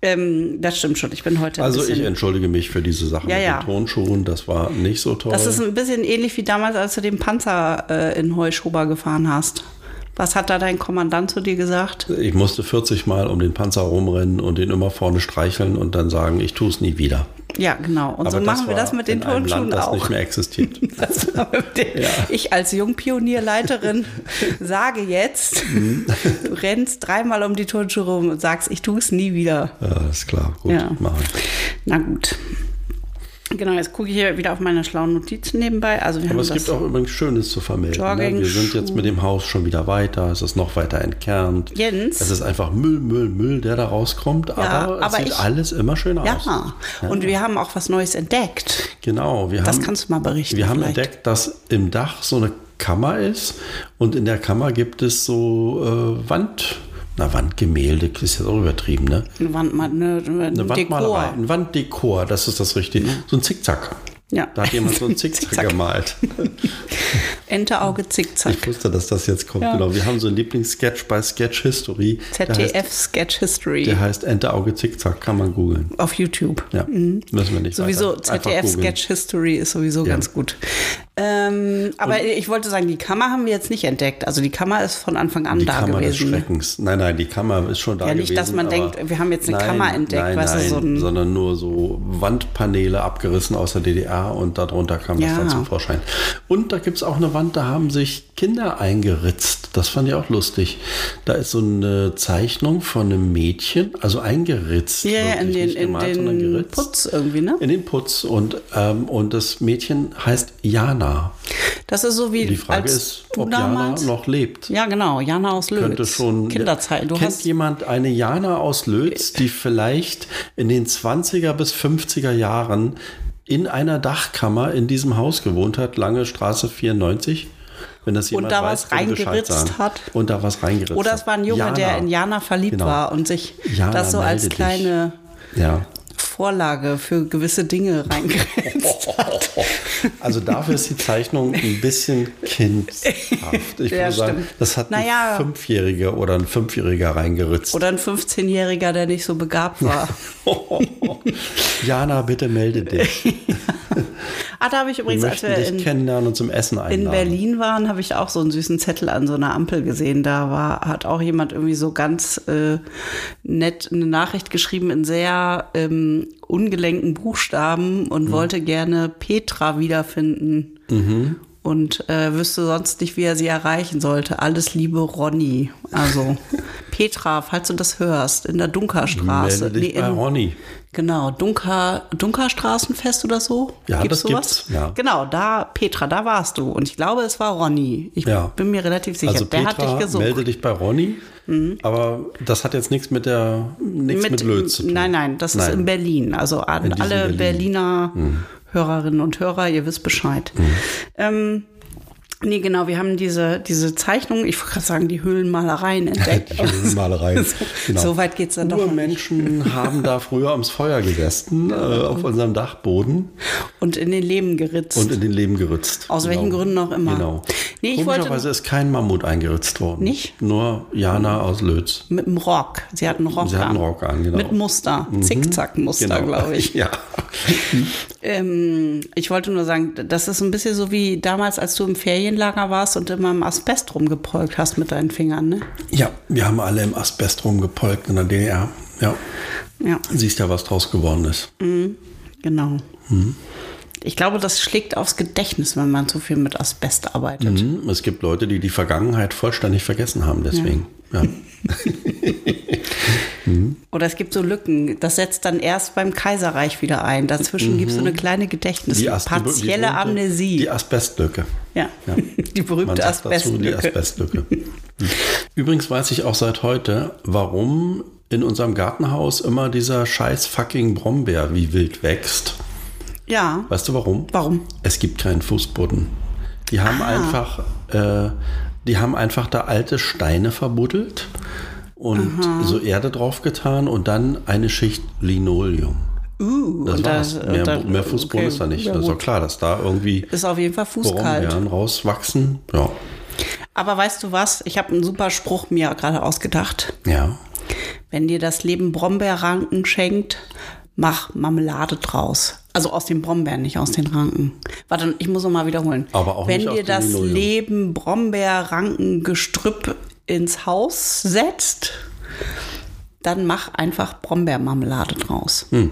[SPEAKER 2] ähm, das stimmt schon. Ich bin heute ein
[SPEAKER 1] Also ich
[SPEAKER 2] bisschen...
[SPEAKER 1] entschuldige mich für diese Sache
[SPEAKER 2] Ja,
[SPEAKER 1] mit
[SPEAKER 2] ja.
[SPEAKER 1] den Tonschuhen. Das war nicht so toll.
[SPEAKER 2] das ist ein bisschen ähnlich wie damals, als du den Panzer äh, in Heuschober gefahren hast. Was hat da dein Kommandant zu dir gesagt?
[SPEAKER 1] Ich musste 40 Mal um den Panzer rumrennen und den immer vorne streicheln und dann sagen, ich tue es nie wieder.
[SPEAKER 2] Ja, genau. Und so machen wir
[SPEAKER 1] war
[SPEAKER 2] das mit den
[SPEAKER 1] in einem
[SPEAKER 2] Turnschuhen
[SPEAKER 1] Land, das
[SPEAKER 2] auch.
[SPEAKER 1] nicht mehr existiert.
[SPEAKER 2] Das war mit den, Ich als Jungpionierleiterin sage jetzt,
[SPEAKER 1] Mhm.
[SPEAKER 2] du rennst dreimal um die Turnschuhe rum und sagst, ich tue es nie wieder.
[SPEAKER 1] Ja, ist klar, gut,
[SPEAKER 2] Ja.
[SPEAKER 1] machen wir.
[SPEAKER 2] Na gut. Genau, jetzt gucke ich hier wieder auf meine schlauen Notizen nebenbei. Also wir
[SPEAKER 1] Aber
[SPEAKER 2] haben
[SPEAKER 1] es
[SPEAKER 2] das
[SPEAKER 1] gibt auch übrigens Schönes zu vermelden.
[SPEAKER 2] Jogging-
[SPEAKER 1] Ne? Wir sind jetzt mit dem Haus schon wieder weiter, es ist noch weiter entkernt.
[SPEAKER 2] Jens?
[SPEAKER 1] Es ist einfach Müll, Müll, Müll, der da rauskommt, aber,
[SPEAKER 2] aber
[SPEAKER 1] es sieht
[SPEAKER 2] ich-
[SPEAKER 1] alles immer schön aus.
[SPEAKER 2] ja. Und wir haben auch was Neues entdeckt.
[SPEAKER 1] Genau, wir
[SPEAKER 2] Das
[SPEAKER 1] haben,
[SPEAKER 2] kannst du mal berichten.
[SPEAKER 1] wir haben
[SPEAKER 2] vielleicht.
[SPEAKER 1] entdeckt, dass im Dach so eine Kammer ist und in der Kammer gibt es so äh, Wand, na Wandgemälde, ist jetzt auch übertrieben, ne?
[SPEAKER 2] Eine Wand, eine, eine,
[SPEAKER 1] Eine Wandmalerei,
[SPEAKER 2] Dekor.
[SPEAKER 1] ein Wanddekor, das ist das Richtige. So ein Zickzack.
[SPEAKER 2] Ja.
[SPEAKER 1] Da hat jemand so ein Zickzack,
[SPEAKER 2] Zickzack.
[SPEAKER 1] gemalt.
[SPEAKER 2] Ente, Auge, Zickzack.
[SPEAKER 1] Ich wusste, dass das jetzt kommt.
[SPEAKER 2] Ja.
[SPEAKER 1] Genau. Wir haben so einen Lieblingssketch bei Sketch History. Der heißt,
[SPEAKER 2] ZDF Sketch History
[SPEAKER 1] der heißt Ente Auge Zickzack, kann man googeln.
[SPEAKER 2] auf YouTube.
[SPEAKER 1] Ja, müssen wir nicht
[SPEAKER 2] Mhm. Sowieso
[SPEAKER 1] weiter. Einfach
[SPEAKER 2] ZDF
[SPEAKER 1] googeln.
[SPEAKER 2] Sketch History ist sowieso ganz gut. Ähm, aber ich wollte sagen, die Kammer haben wir jetzt nicht entdeckt. Also die Kammer ist von Anfang an
[SPEAKER 1] Die
[SPEAKER 2] da
[SPEAKER 1] Kammer des
[SPEAKER 2] gewesen. ne?
[SPEAKER 1] Schreckens. Nein, nein, die Kammer ist schon da
[SPEAKER 2] Ja,
[SPEAKER 1] gewesen.
[SPEAKER 2] nicht, dass man
[SPEAKER 1] aber-
[SPEAKER 2] denkt, wir haben jetzt eine Kammer entdeckt,
[SPEAKER 1] nein,
[SPEAKER 2] weißt du,
[SPEAKER 1] nein,
[SPEAKER 2] so ein-
[SPEAKER 1] sondern nur so Wandpaneele abgerissen aus der DDR und darunter kam
[SPEAKER 2] Ja.
[SPEAKER 1] das dann zum Vorschein. Und da gibt es auch eine Wand, da haben sich Kinder eingeritzt. Das fand ich auch lustig. Da ist so eine Zeichnung von einem Mädchen, also eingeritzt.
[SPEAKER 2] Ja, ja,
[SPEAKER 1] wirklich,
[SPEAKER 2] in den,
[SPEAKER 1] nicht
[SPEAKER 2] in
[SPEAKER 1] gemalt, sondern
[SPEAKER 2] den
[SPEAKER 1] geritzt.
[SPEAKER 2] Putz irgendwie, ne?
[SPEAKER 1] In den Putz und, ähm, und das Mädchen heißt Jana.
[SPEAKER 2] Das ist so wie
[SPEAKER 1] Die Frage
[SPEAKER 2] als
[SPEAKER 1] ist,
[SPEAKER 2] du
[SPEAKER 1] ob Jana
[SPEAKER 2] damals.
[SPEAKER 1] noch lebt.
[SPEAKER 2] ja, genau, Jana aus Löwitz.
[SPEAKER 1] Könnte schon.
[SPEAKER 2] Kinderzeit. Du
[SPEAKER 1] kennt
[SPEAKER 2] hast Äh.
[SPEAKER 1] jemand eine Jana aus Lötz, die vielleicht in den 20er bis 50er Jahren in einer Dachkammer in diesem Haus gewohnt hat, lange Straße 94? Wenn das jemand
[SPEAKER 2] da
[SPEAKER 1] weiß,
[SPEAKER 2] was
[SPEAKER 1] bitte Bescheid
[SPEAKER 2] reingeritzt
[SPEAKER 1] sagen.
[SPEAKER 2] hat.
[SPEAKER 1] Und da was reingeritzt
[SPEAKER 2] oder es war ein Junge,
[SPEAKER 1] Jana.
[SPEAKER 2] der in Jana verliebt
[SPEAKER 1] Genau.
[SPEAKER 2] war und sich
[SPEAKER 1] Jana,
[SPEAKER 2] das so als
[SPEAKER 1] melde dich.
[SPEAKER 2] kleine
[SPEAKER 1] Ja.
[SPEAKER 2] Vorlage für gewisse Dinge reingesetzt hat.
[SPEAKER 1] Also dafür ist die Zeichnung ein bisschen kindhaft. Ich
[SPEAKER 2] Ja,
[SPEAKER 1] würde sagen,
[SPEAKER 2] stimmt.
[SPEAKER 1] das hat
[SPEAKER 2] Naja.
[SPEAKER 1] ein Fünfjähriger oder ein Fünfjähriger reingeritzt.
[SPEAKER 2] Oder ein 15-Jähriger, der nicht so begabt war.
[SPEAKER 1] Jana, bitte melde dich.
[SPEAKER 2] Ah, da habe ich
[SPEAKER 1] Wir
[SPEAKER 2] übrigens, als
[SPEAKER 1] möchten
[SPEAKER 2] wir
[SPEAKER 1] dich
[SPEAKER 2] in,
[SPEAKER 1] kennenlernen und zum Essen einladen.
[SPEAKER 2] in Berlin waren, habe ich auch so einen süßen Zettel an so einer Ampel gesehen. Da war, hat auch jemand irgendwie so ganz äh, nett eine Nachricht geschrieben in sehr ähm, ungelenken Buchstaben
[SPEAKER 1] Mhm.
[SPEAKER 2] und wollte gerne Petra wiederfinden.
[SPEAKER 1] Mhm.
[SPEAKER 2] Und äh, wüsste sonst nicht, wie er sie erreichen sollte. Alles liebe Ronny. Also Petra, falls du das hörst, in der Dunkerstraße.
[SPEAKER 1] Melde dich
[SPEAKER 2] Nee,
[SPEAKER 1] bei
[SPEAKER 2] in-
[SPEAKER 1] Ronny.
[SPEAKER 2] Genau, Dunker, Dunkerstraßenfest oder so.
[SPEAKER 1] Ja,
[SPEAKER 2] gibt's
[SPEAKER 1] das
[SPEAKER 2] sowas?
[SPEAKER 1] gibt's, ja.
[SPEAKER 2] Genau, da, Petra, da warst du. Und ich glaube, es war Ronny. Ich
[SPEAKER 1] Ja.
[SPEAKER 2] bin mir relativ sicher.
[SPEAKER 1] Also
[SPEAKER 2] Der hat dich
[SPEAKER 1] Petra,
[SPEAKER 2] gesucht. Mhm.
[SPEAKER 1] melde dich bei Ronny. Aber das hat jetzt nichts mit der nichts mit, Lötz zu tun.
[SPEAKER 2] Nein, nein, das ist
[SPEAKER 1] Nein.
[SPEAKER 2] in Berlin. Also an
[SPEAKER 1] diesem
[SPEAKER 2] alle
[SPEAKER 1] Berlin. Mhm.
[SPEAKER 2] Berliner Hörerinnen und Hörer, ihr wisst Bescheid. Ähm, nee, genau, wir haben diese, diese Zeichnung, ich wollte gerade sagen, die Höhlenmalereien entdeckt.
[SPEAKER 1] Die Höhlenmalereien, genau.
[SPEAKER 2] So weit geht's dann doch noch
[SPEAKER 1] Nur
[SPEAKER 2] nicht.
[SPEAKER 1] Menschen haben da früher ums Feuer gesessen, äh, auf unserem Dachboden
[SPEAKER 2] Und in den Leben geritzt.
[SPEAKER 1] und in den Leben geritzt.
[SPEAKER 2] Aus welchen Gründen auch immer.
[SPEAKER 1] Genau.
[SPEAKER 2] Nee, ich wollte-
[SPEAKER 1] Komischerweise ist kein Mammut eingeritzt worden.
[SPEAKER 2] Nicht?
[SPEAKER 1] Nur Jana aus Lötz.
[SPEAKER 2] Mit dem Rock. Sie hat einen Rock
[SPEAKER 1] Sie hat einen
[SPEAKER 2] an.
[SPEAKER 1] Rock an, genau.
[SPEAKER 2] Mit Muster. Zickzack-Muster, glaube ich.
[SPEAKER 1] Ja.
[SPEAKER 2] Ähm, ich wollte nur sagen, das ist ein bisschen so wie damals, als du im Ferienlager warst und immer im Asbest rumgepolkt hast mit deinen Fingern, ne?
[SPEAKER 1] ja, wir haben alle im Asbest rumgepolkt in der DDR. Ja.
[SPEAKER 2] Ja,
[SPEAKER 1] Siehst ja, was draus geworden ist.
[SPEAKER 2] genau.
[SPEAKER 1] Mhm.
[SPEAKER 2] Ich glaube, das schlägt aufs Gedächtnis, wenn man zu viel mit Asbest arbeitet.
[SPEAKER 1] Mhm. Es gibt Leute, die die Vergangenheit vollständig vergessen haben, deswegen. Ja.
[SPEAKER 2] Oder es gibt so Lücken, das setzt dann erst beim Kaiserreich wieder ein. Dazwischen gibt es so eine kleine Gedächtnis,
[SPEAKER 1] As- Mhm. die-
[SPEAKER 2] partielle
[SPEAKER 1] die-
[SPEAKER 2] Amnesie.
[SPEAKER 1] Die Asbestlücke.
[SPEAKER 2] ja.
[SPEAKER 1] Ja.
[SPEAKER 2] die berühmte
[SPEAKER 1] sagt dazu die
[SPEAKER 2] Asbestlücke.
[SPEAKER 1] Asbestlücke. Hm. Übrigens weiß ich auch seit heute, warum in unserem Gartenhaus immer dieser scheiß fucking Brombeer wie wild wächst.
[SPEAKER 2] ja,
[SPEAKER 1] Weißt du warum?
[SPEAKER 2] warum?
[SPEAKER 1] Es gibt keinen Fußboden. Die haben einfach, äh, die haben einfach da alte Steine verbuddelt und so Erde draufgetan und dann eine Schicht Linoleum.
[SPEAKER 2] Uh,
[SPEAKER 1] Das
[SPEAKER 2] und
[SPEAKER 1] war's.
[SPEAKER 2] da-
[SPEAKER 1] mehr,
[SPEAKER 2] da-
[SPEAKER 1] mehr Fußboden
[SPEAKER 2] okay,
[SPEAKER 1] ist da nicht.
[SPEAKER 2] ja
[SPEAKER 1] das ist doch
[SPEAKER 2] gut.
[SPEAKER 1] klar, dass da irgendwie
[SPEAKER 2] Ist auf jeden Fall fußkalt.
[SPEAKER 1] Brombeeren rauswachsen. Ja.
[SPEAKER 2] Aber weißt du was? Ich habe einen super Spruch mir gerade ausgedacht.
[SPEAKER 1] ja.
[SPEAKER 2] Wenn dir das Leben Brombeerranken schenkt, mach Marmelade draus. Also aus den Brombeeren, nicht aus den Ranken. Warte, ich muss noch mal wiederholen.
[SPEAKER 1] Aber auch
[SPEAKER 2] Wenn
[SPEAKER 1] nicht aus
[SPEAKER 2] dir
[SPEAKER 1] dem
[SPEAKER 2] das
[SPEAKER 1] Linoleum.
[SPEAKER 2] Leben Brombeerrankengestrüpp ins Haus setzt, dann mach einfach Brombeermarmelade draus.
[SPEAKER 1] Hm.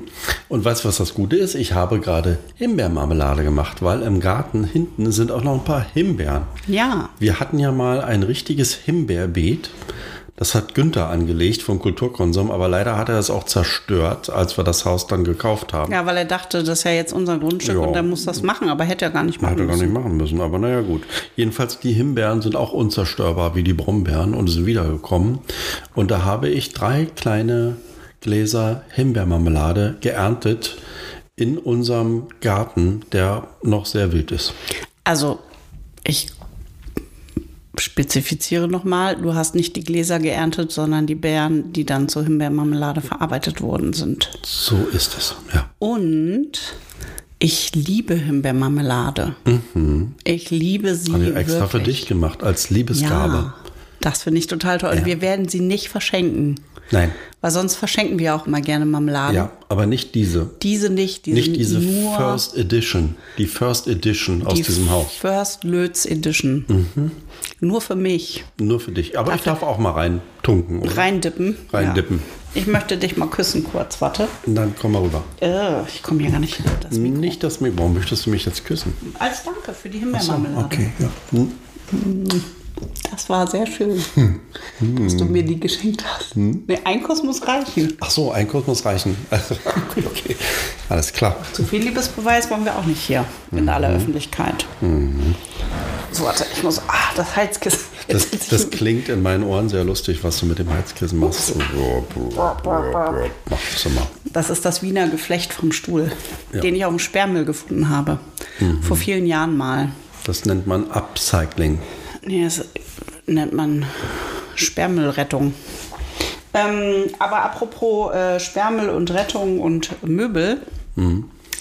[SPEAKER 1] Und weißt du, was das Gute ist? Ich habe gerade Himbeermarmelade gemacht, weil im Garten hinten sind auch noch ein paar Himbeeren.
[SPEAKER 2] Ja.
[SPEAKER 1] Wir hatten ja mal ein richtiges Himbeerbeet. Das hat Günther angelegt vom Kulturkonsum, aber leider hat er es auch zerstört, als wir das Haus dann gekauft haben.
[SPEAKER 2] Ja, weil er dachte, das ist ja jetzt unser Grundstück
[SPEAKER 1] Ja.
[SPEAKER 2] und er muss das machen, aber hätte er gar nicht machen
[SPEAKER 1] Hätte gar
[SPEAKER 2] müssen.
[SPEAKER 1] nicht machen müssen, aber naja, gut. Jedenfalls, die Himbeeren sind auch unzerstörbar wie die Brombeeren und sind wiedergekommen. Und da habe ich drei kleine Gläser Himbeermarmelade geerntet in unserem Garten, der noch sehr wild ist.
[SPEAKER 2] Also, ich spezifiziere nochmal, du hast nicht die Gläser geerntet, sondern die Beeren, die dann zur Himbeermarmelade verarbeitet worden sind.
[SPEAKER 1] So ist es, ja.
[SPEAKER 2] Und ich liebe Himbeermarmelade. Ich liebe sie.
[SPEAKER 1] Habe ich Mhm. extra
[SPEAKER 2] wirklich.
[SPEAKER 1] für dich gemacht, als Liebesgabe.
[SPEAKER 2] Ja, das finde ich total toll. Und wir werden sie nicht verschenken.
[SPEAKER 1] Nein,
[SPEAKER 2] Weil sonst verschenken wir auch immer gerne Marmelade.
[SPEAKER 1] ja, aber nicht diese.
[SPEAKER 2] Diese nicht, die
[SPEAKER 1] Nicht
[SPEAKER 2] sind
[SPEAKER 1] diese
[SPEAKER 2] nur
[SPEAKER 1] First Edition, die First Edition aus
[SPEAKER 2] die
[SPEAKER 1] diesem Haus. Mhm.
[SPEAKER 2] First Lötz Edition. Nur für mich.
[SPEAKER 1] Nur für dich. Aber ich darf auch mal rein tunken. Oder?
[SPEAKER 2] Reindippen.
[SPEAKER 1] Reindippen.
[SPEAKER 2] Ja. Ich möchte dich mal küssen kurz, warte.
[SPEAKER 1] Und dann komm mal rüber.
[SPEAKER 2] Äh, ich komme hier gar nicht hinter das Mikro.
[SPEAKER 1] Nicht das Mikro. Warum möchtest du mich jetzt küssen?
[SPEAKER 2] Als Danke für die Himbeermarmelade.
[SPEAKER 1] Okay, ja. Hm.
[SPEAKER 2] Das war sehr schön, dass du mir die geschenkt hast.
[SPEAKER 1] Hm.
[SPEAKER 2] Nee, ein Kuss muss reichen.
[SPEAKER 1] Ach so, ein Kurs muss reichen. Also, okay, alles klar.
[SPEAKER 2] Zu viel Liebesbeweis wollen wir auch nicht hier in aller
[SPEAKER 1] Mhm.
[SPEAKER 2] Öffentlichkeit. So, warte, ich muss. Ah, das Heizkissen.
[SPEAKER 1] Das,
[SPEAKER 2] Jetzt sitze ich
[SPEAKER 1] das klingt in meinen Ohren sehr lustig, was du mit dem Heizkissen machst. So, brr, brr, brr, brr. Mach das immer.
[SPEAKER 2] Das ist das Wiener Geflecht vom Stuhl,
[SPEAKER 1] Ja. Mhm.
[SPEAKER 2] den ich auf dem Sperrmüll gefunden habe. Vor vielen Jahren mal.
[SPEAKER 1] Das nennt man Upcycling.
[SPEAKER 2] Nee, das nennt man Sperrmüllrettung.
[SPEAKER 1] Mhm.
[SPEAKER 2] Ähm, aber apropos äh, Sperrmüll und Rettung und Möbel.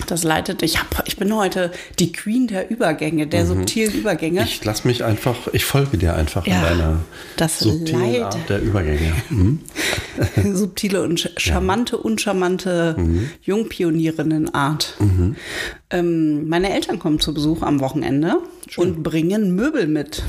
[SPEAKER 2] Das leitet. Ich, hab, ich bin heute die Queen der Übergänge, der subtilen Übergänge.
[SPEAKER 1] Mhm. Ich lass mich einfach, ich folge dir einfach
[SPEAKER 2] Ja,
[SPEAKER 1] in deiner
[SPEAKER 2] das
[SPEAKER 1] subtilen
[SPEAKER 2] Leid.
[SPEAKER 1] Art der Übergänge. Mhm.
[SPEAKER 2] subtile und sch- charmante, uncharmante
[SPEAKER 1] Mhm.
[SPEAKER 2] Jungpionierinnenart. Ähm, meine Eltern kommen zu Besuch am Wochenende und bringen Möbel mit.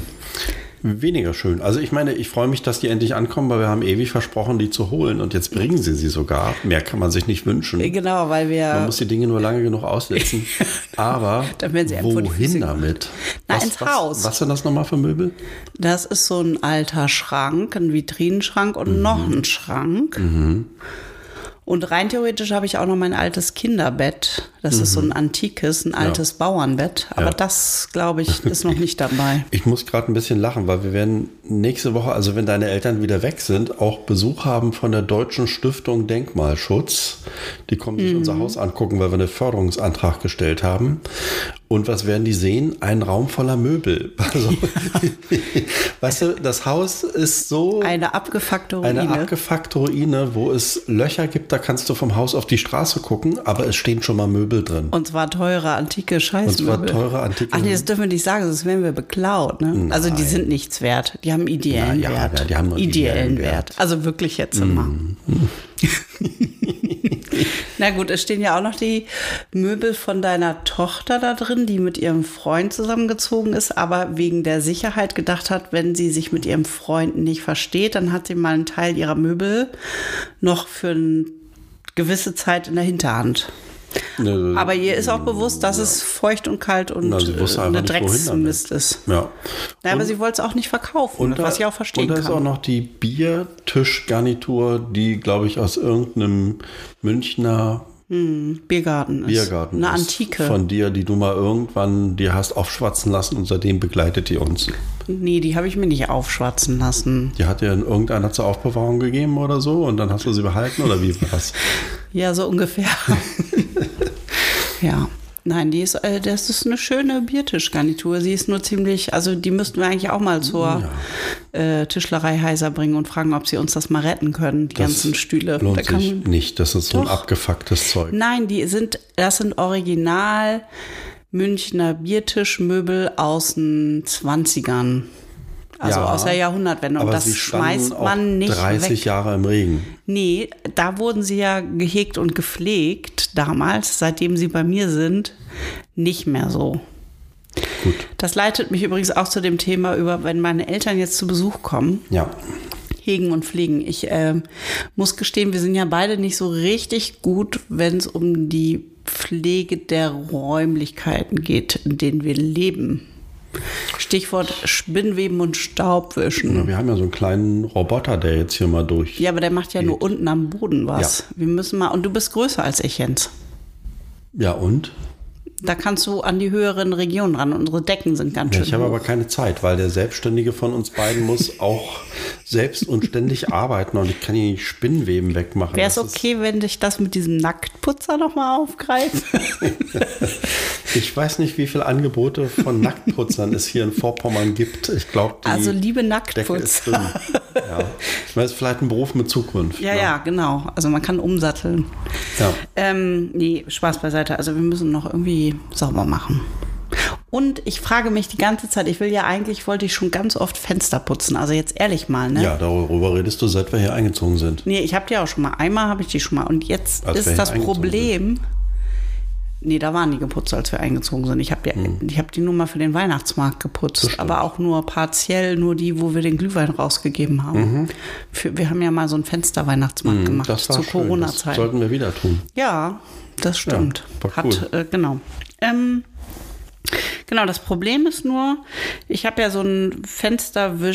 [SPEAKER 1] Weniger schön. Also ich meine, ich freue mich, dass die endlich ankommen, weil wir haben ewig versprochen, die zu holen und jetzt bringen sie sie sogar. Mehr kann man sich nicht wünschen.
[SPEAKER 2] Genau, weil
[SPEAKER 1] Man
[SPEAKER 2] wir
[SPEAKER 1] muss die Dinge nur lange genug aussetzen. Aber
[SPEAKER 2] Dann werden sie einem vor die Füße
[SPEAKER 1] wohin damit?
[SPEAKER 2] Na, ins Haus.
[SPEAKER 1] Was, was sind das nochmal für Möbel?
[SPEAKER 2] Das ist so ein alter Schrank, ein Vitrinenschrank und
[SPEAKER 1] Mhm.
[SPEAKER 2] noch ein Schrank. Und rein theoretisch habe ich auch noch mein altes Kinderbett. Das ist so ein antikes, ein altes Bauernbett. Aber
[SPEAKER 1] Mhm. Ja.
[SPEAKER 2] das, glaube ich, ist noch nicht dabei.
[SPEAKER 1] Ich muss gerade ein bisschen lachen, weil wir werden nächste Woche, also wenn deine Eltern wieder weg sind, auch Besuch haben von der Deutschen Stiftung Denkmalschutz. Die kommen
[SPEAKER 2] Mhm.
[SPEAKER 1] sich unser Haus angucken, weil wir einen Förderungsantrag gestellt haben. Und was werden die sehen? Ein Raum voller Möbel. Also, weißt du, das Haus ist so
[SPEAKER 2] Eine abgefuckte Ruine.
[SPEAKER 1] eine abgefuckte Ruine, wo es Löcher gibt, da kannst du vom Haus auf die Straße gucken, aber es stehen schon mal Möbel drin.
[SPEAKER 2] und zwar teure antike Scheißmöbel.
[SPEAKER 1] Und zwar teure, antike-
[SPEAKER 2] Ach nee, das dürfen wir nicht sagen, sonst werden wir beklaut. Ne? Also die sind nichts wert. Die haben ideellen
[SPEAKER 1] Na ja,
[SPEAKER 2] Wert.
[SPEAKER 1] ja, die haben einen
[SPEAKER 2] ideellen
[SPEAKER 1] ideellen
[SPEAKER 2] Wert.
[SPEAKER 1] Wert. Mhm.
[SPEAKER 2] Also wirklich jetzt mal. Na gut, es stehen ja auch noch die Möbel von deiner Tochter da drin, die mit ihrem Freund zusammengezogen ist, aber wegen der Sicherheit gedacht hat, wenn sie sich mit ihrem Freund nicht versteht, dann hat sie mal einen Teil ihrer Möbel noch für eine gewisse Zeit in der Hinterhand.
[SPEAKER 1] Ne,
[SPEAKER 2] Aber ihr ist auch bewusst, dass es feucht und kalt und
[SPEAKER 1] Na, sie wusste
[SPEAKER 2] äh,
[SPEAKER 1] einfach
[SPEAKER 2] eine
[SPEAKER 1] nicht, wohin damit.
[SPEAKER 2] Drecksmist ist.
[SPEAKER 1] ja.
[SPEAKER 2] Na, aber sie wollte es auch nicht verkaufen,
[SPEAKER 1] Und da-
[SPEAKER 2] was ich auch verstehen
[SPEAKER 1] Und da
[SPEAKER 2] kann.
[SPEAKER 1] ist auch noch die Biertischgarnitur, die, glaube ich, aus irgendeinem Münchner
[SPEAKER 2] Biergarten ist.
[SPEAKER 1] Biergarten
[SPEAKER 2] Eine
[SPEAKER 1] ist.
[SPEAKER 2] Antike.
[SPEAKER 1] Von dir, die du mal irgendwann dir hast aufschwatzen lassen und seitdem begleitet die uns.
[SPEAKER 2] nee, die habe ich mir nicht aufschwatzen lassen.
[SPEAKER 1] Die hat dir in irgendeiner zur Aufbewahrung gegeben oder so und dann hast du sie behalten oder wie war's?
[SPEAKER 2] Ja, so ungefähr. ja. Nein, die ist, äh, das ist eine schöne Biertischgarnitur. Sie ist nur ziemlich, also die müssten wir eigentlich auch mal zur äh, Tischlerei Heiser bringen und fragen, ob sie uns das mal retten können, die ganzen Stühle.
[SPEAKER 1] Lohnt
[SPEAKER 2] Da kann
[SPEAKER 1] sich
[SPEAKER 2] man-
[SPEAKER 1] nicht. Das ist so ein
[SPEAKER 2] Doch.
[SPEAKER 1] abgefucktes Zeug.
[SPEAKER 2] Nein, die sind, das sind original Münchner Biertischmöbel aus den 20ern. Also
[SPEAKER 1] Ja,
[SPEAKER 2] aus der Jahrhundertwende. Und
[SPEAKER 1] Aber
[SPEAKER 2] das
[SPEAKER 1] sie standen
[SPEAKER 2] schmeißt
[SPEAKER 1] auch
[SPEAKER 2] man nicht
[SPEAKER 1] 30
[SPEAKER 2] weg.
[SPEAKER 1] Jahre im Regen.
[SPEAKER 2] Nee, da wurden sie ja gehegt und gepflegt damals, seitdem sie bei mir sind, nicht mehr so.
[SPEAKER 1] Gut.
[SPEAKER 2] Das leitet mich übrigens auch zu dem Thema über, wenn meine Eltern jetzt zu Besuch kommen,
[SPEAKER 1] Ja.
[SPEAKER 2] hegen und pflegen. Ich ähm, muss gestehen, wir sind ja beide nicht so richtig gut, wenn es um die Pflege der Räumlichkeiten geht, in denen wir leben. Stichwort Spinnweben und Staubwischen.
[SPEAKER 1] Wir haben ja so einen kleinen Roboter, der jetzt hier mal durch.
[SPEAKER 2] Hm. Ja, aber der macht ja nur unten am Boden was.
[SPEAKER 1] Ja.
[SPEAKER 2] Wir müssen mal, und du bist größer als ich, Jens.
[SPEAKER 1] Ja, und?
[SPEAKER 2] Da kannst du an die höheren Regionen ran. Unsere Decken sind ganz
[SPEAKER 1] Ja,
[SPEAKER 2] schön.
[SPEAKER 1] ich habe
[SPEAKER 2] hoch.
[SPEAKER 1] aber keine Zeit, weil der Selbstständige von uns beiden muss auch selbst und ständig arbeiten und ich kann hier nicht Spinnweben wegmachen.
[SPEAKER 2] Wäre es
[SPEAKER 1] Das ist-
[SPEAKER 2] okay, wenn ich das mit diesem Nacktputzer nochmal aufgreife?
[SPEAKER 1] Ich weiß nicht, wie viele Angebote von Nacktputzern es hier in Vorpommern gibt. Ich glaube, die
[SPEAKER 2] Also liebe
[SPEAKER 1] Decke ist dünn.
[SPEAKER 2] Nacktputzer.
[SPEAKER 1] Ja. Ich weiß, vielleicht ein Beruf mit Zukunft.
[SPEAKER 2] Ja,
[SPEAKER 1] ne?
[SPEAKER 2] ja, genau. Also man kann umsatteln.
[SPEAKER 1] ja.
[SPEAKER 2] Ähm, nee, Spaß beiseite. Also wir müssen noch irgendwie sauber machen. Und ich frage mich die ganze Zeit, ich will ja eigentlich, wollte ich schon ganz oft Fenster putzen. Also jetzt ehrlich mal, ne?
[SPEAKER 1] Ja, darüber redest du, seit wir hier eingezogen sind.
[SPEAKER 2] Nee, ich habe die auch schon mal. Einmal habe ich die schon mal. Und jetzt
[SPEAKER 1] Als wir
[SPEAKER 2] ist
[SPEAKER 1] hier
[SPEAKER 2] das
[SPEAKER 1] eingezogen
[SPEAKER 2] Problem. Nee, da waren die geputzt, als wir eingezogen sind. Ich habe die,
[SPEAKER 1] Hm.
[SPEAKER 2] ich hab die nur mal für den Weihnachtsmarkt geputzt, aber auch nur partiell, nur die, wo wir den Glühwein rausgegeben haben. Für, wir haben ja mal so einen Fensterweihnachtsmarkt gemacht
[SPEAKER 1] Mhm. Hm, Das war
[SPEAKER 2] zur
[SPEAKER 1] schön. Das
[SPEAKER 2] Corona-Zeit.
[SPEAKER 1] sollten wir wieder tun.
[SPEAKER 2] Ja, das stimmt.
[SPEAKER 1] war
[SPEAKER 2] Hat,
[SPEAKER 1] cool.
[SPEAKER 2] äh, genau. Ähm, genau, das Problem ist nur, ich habe ja so ein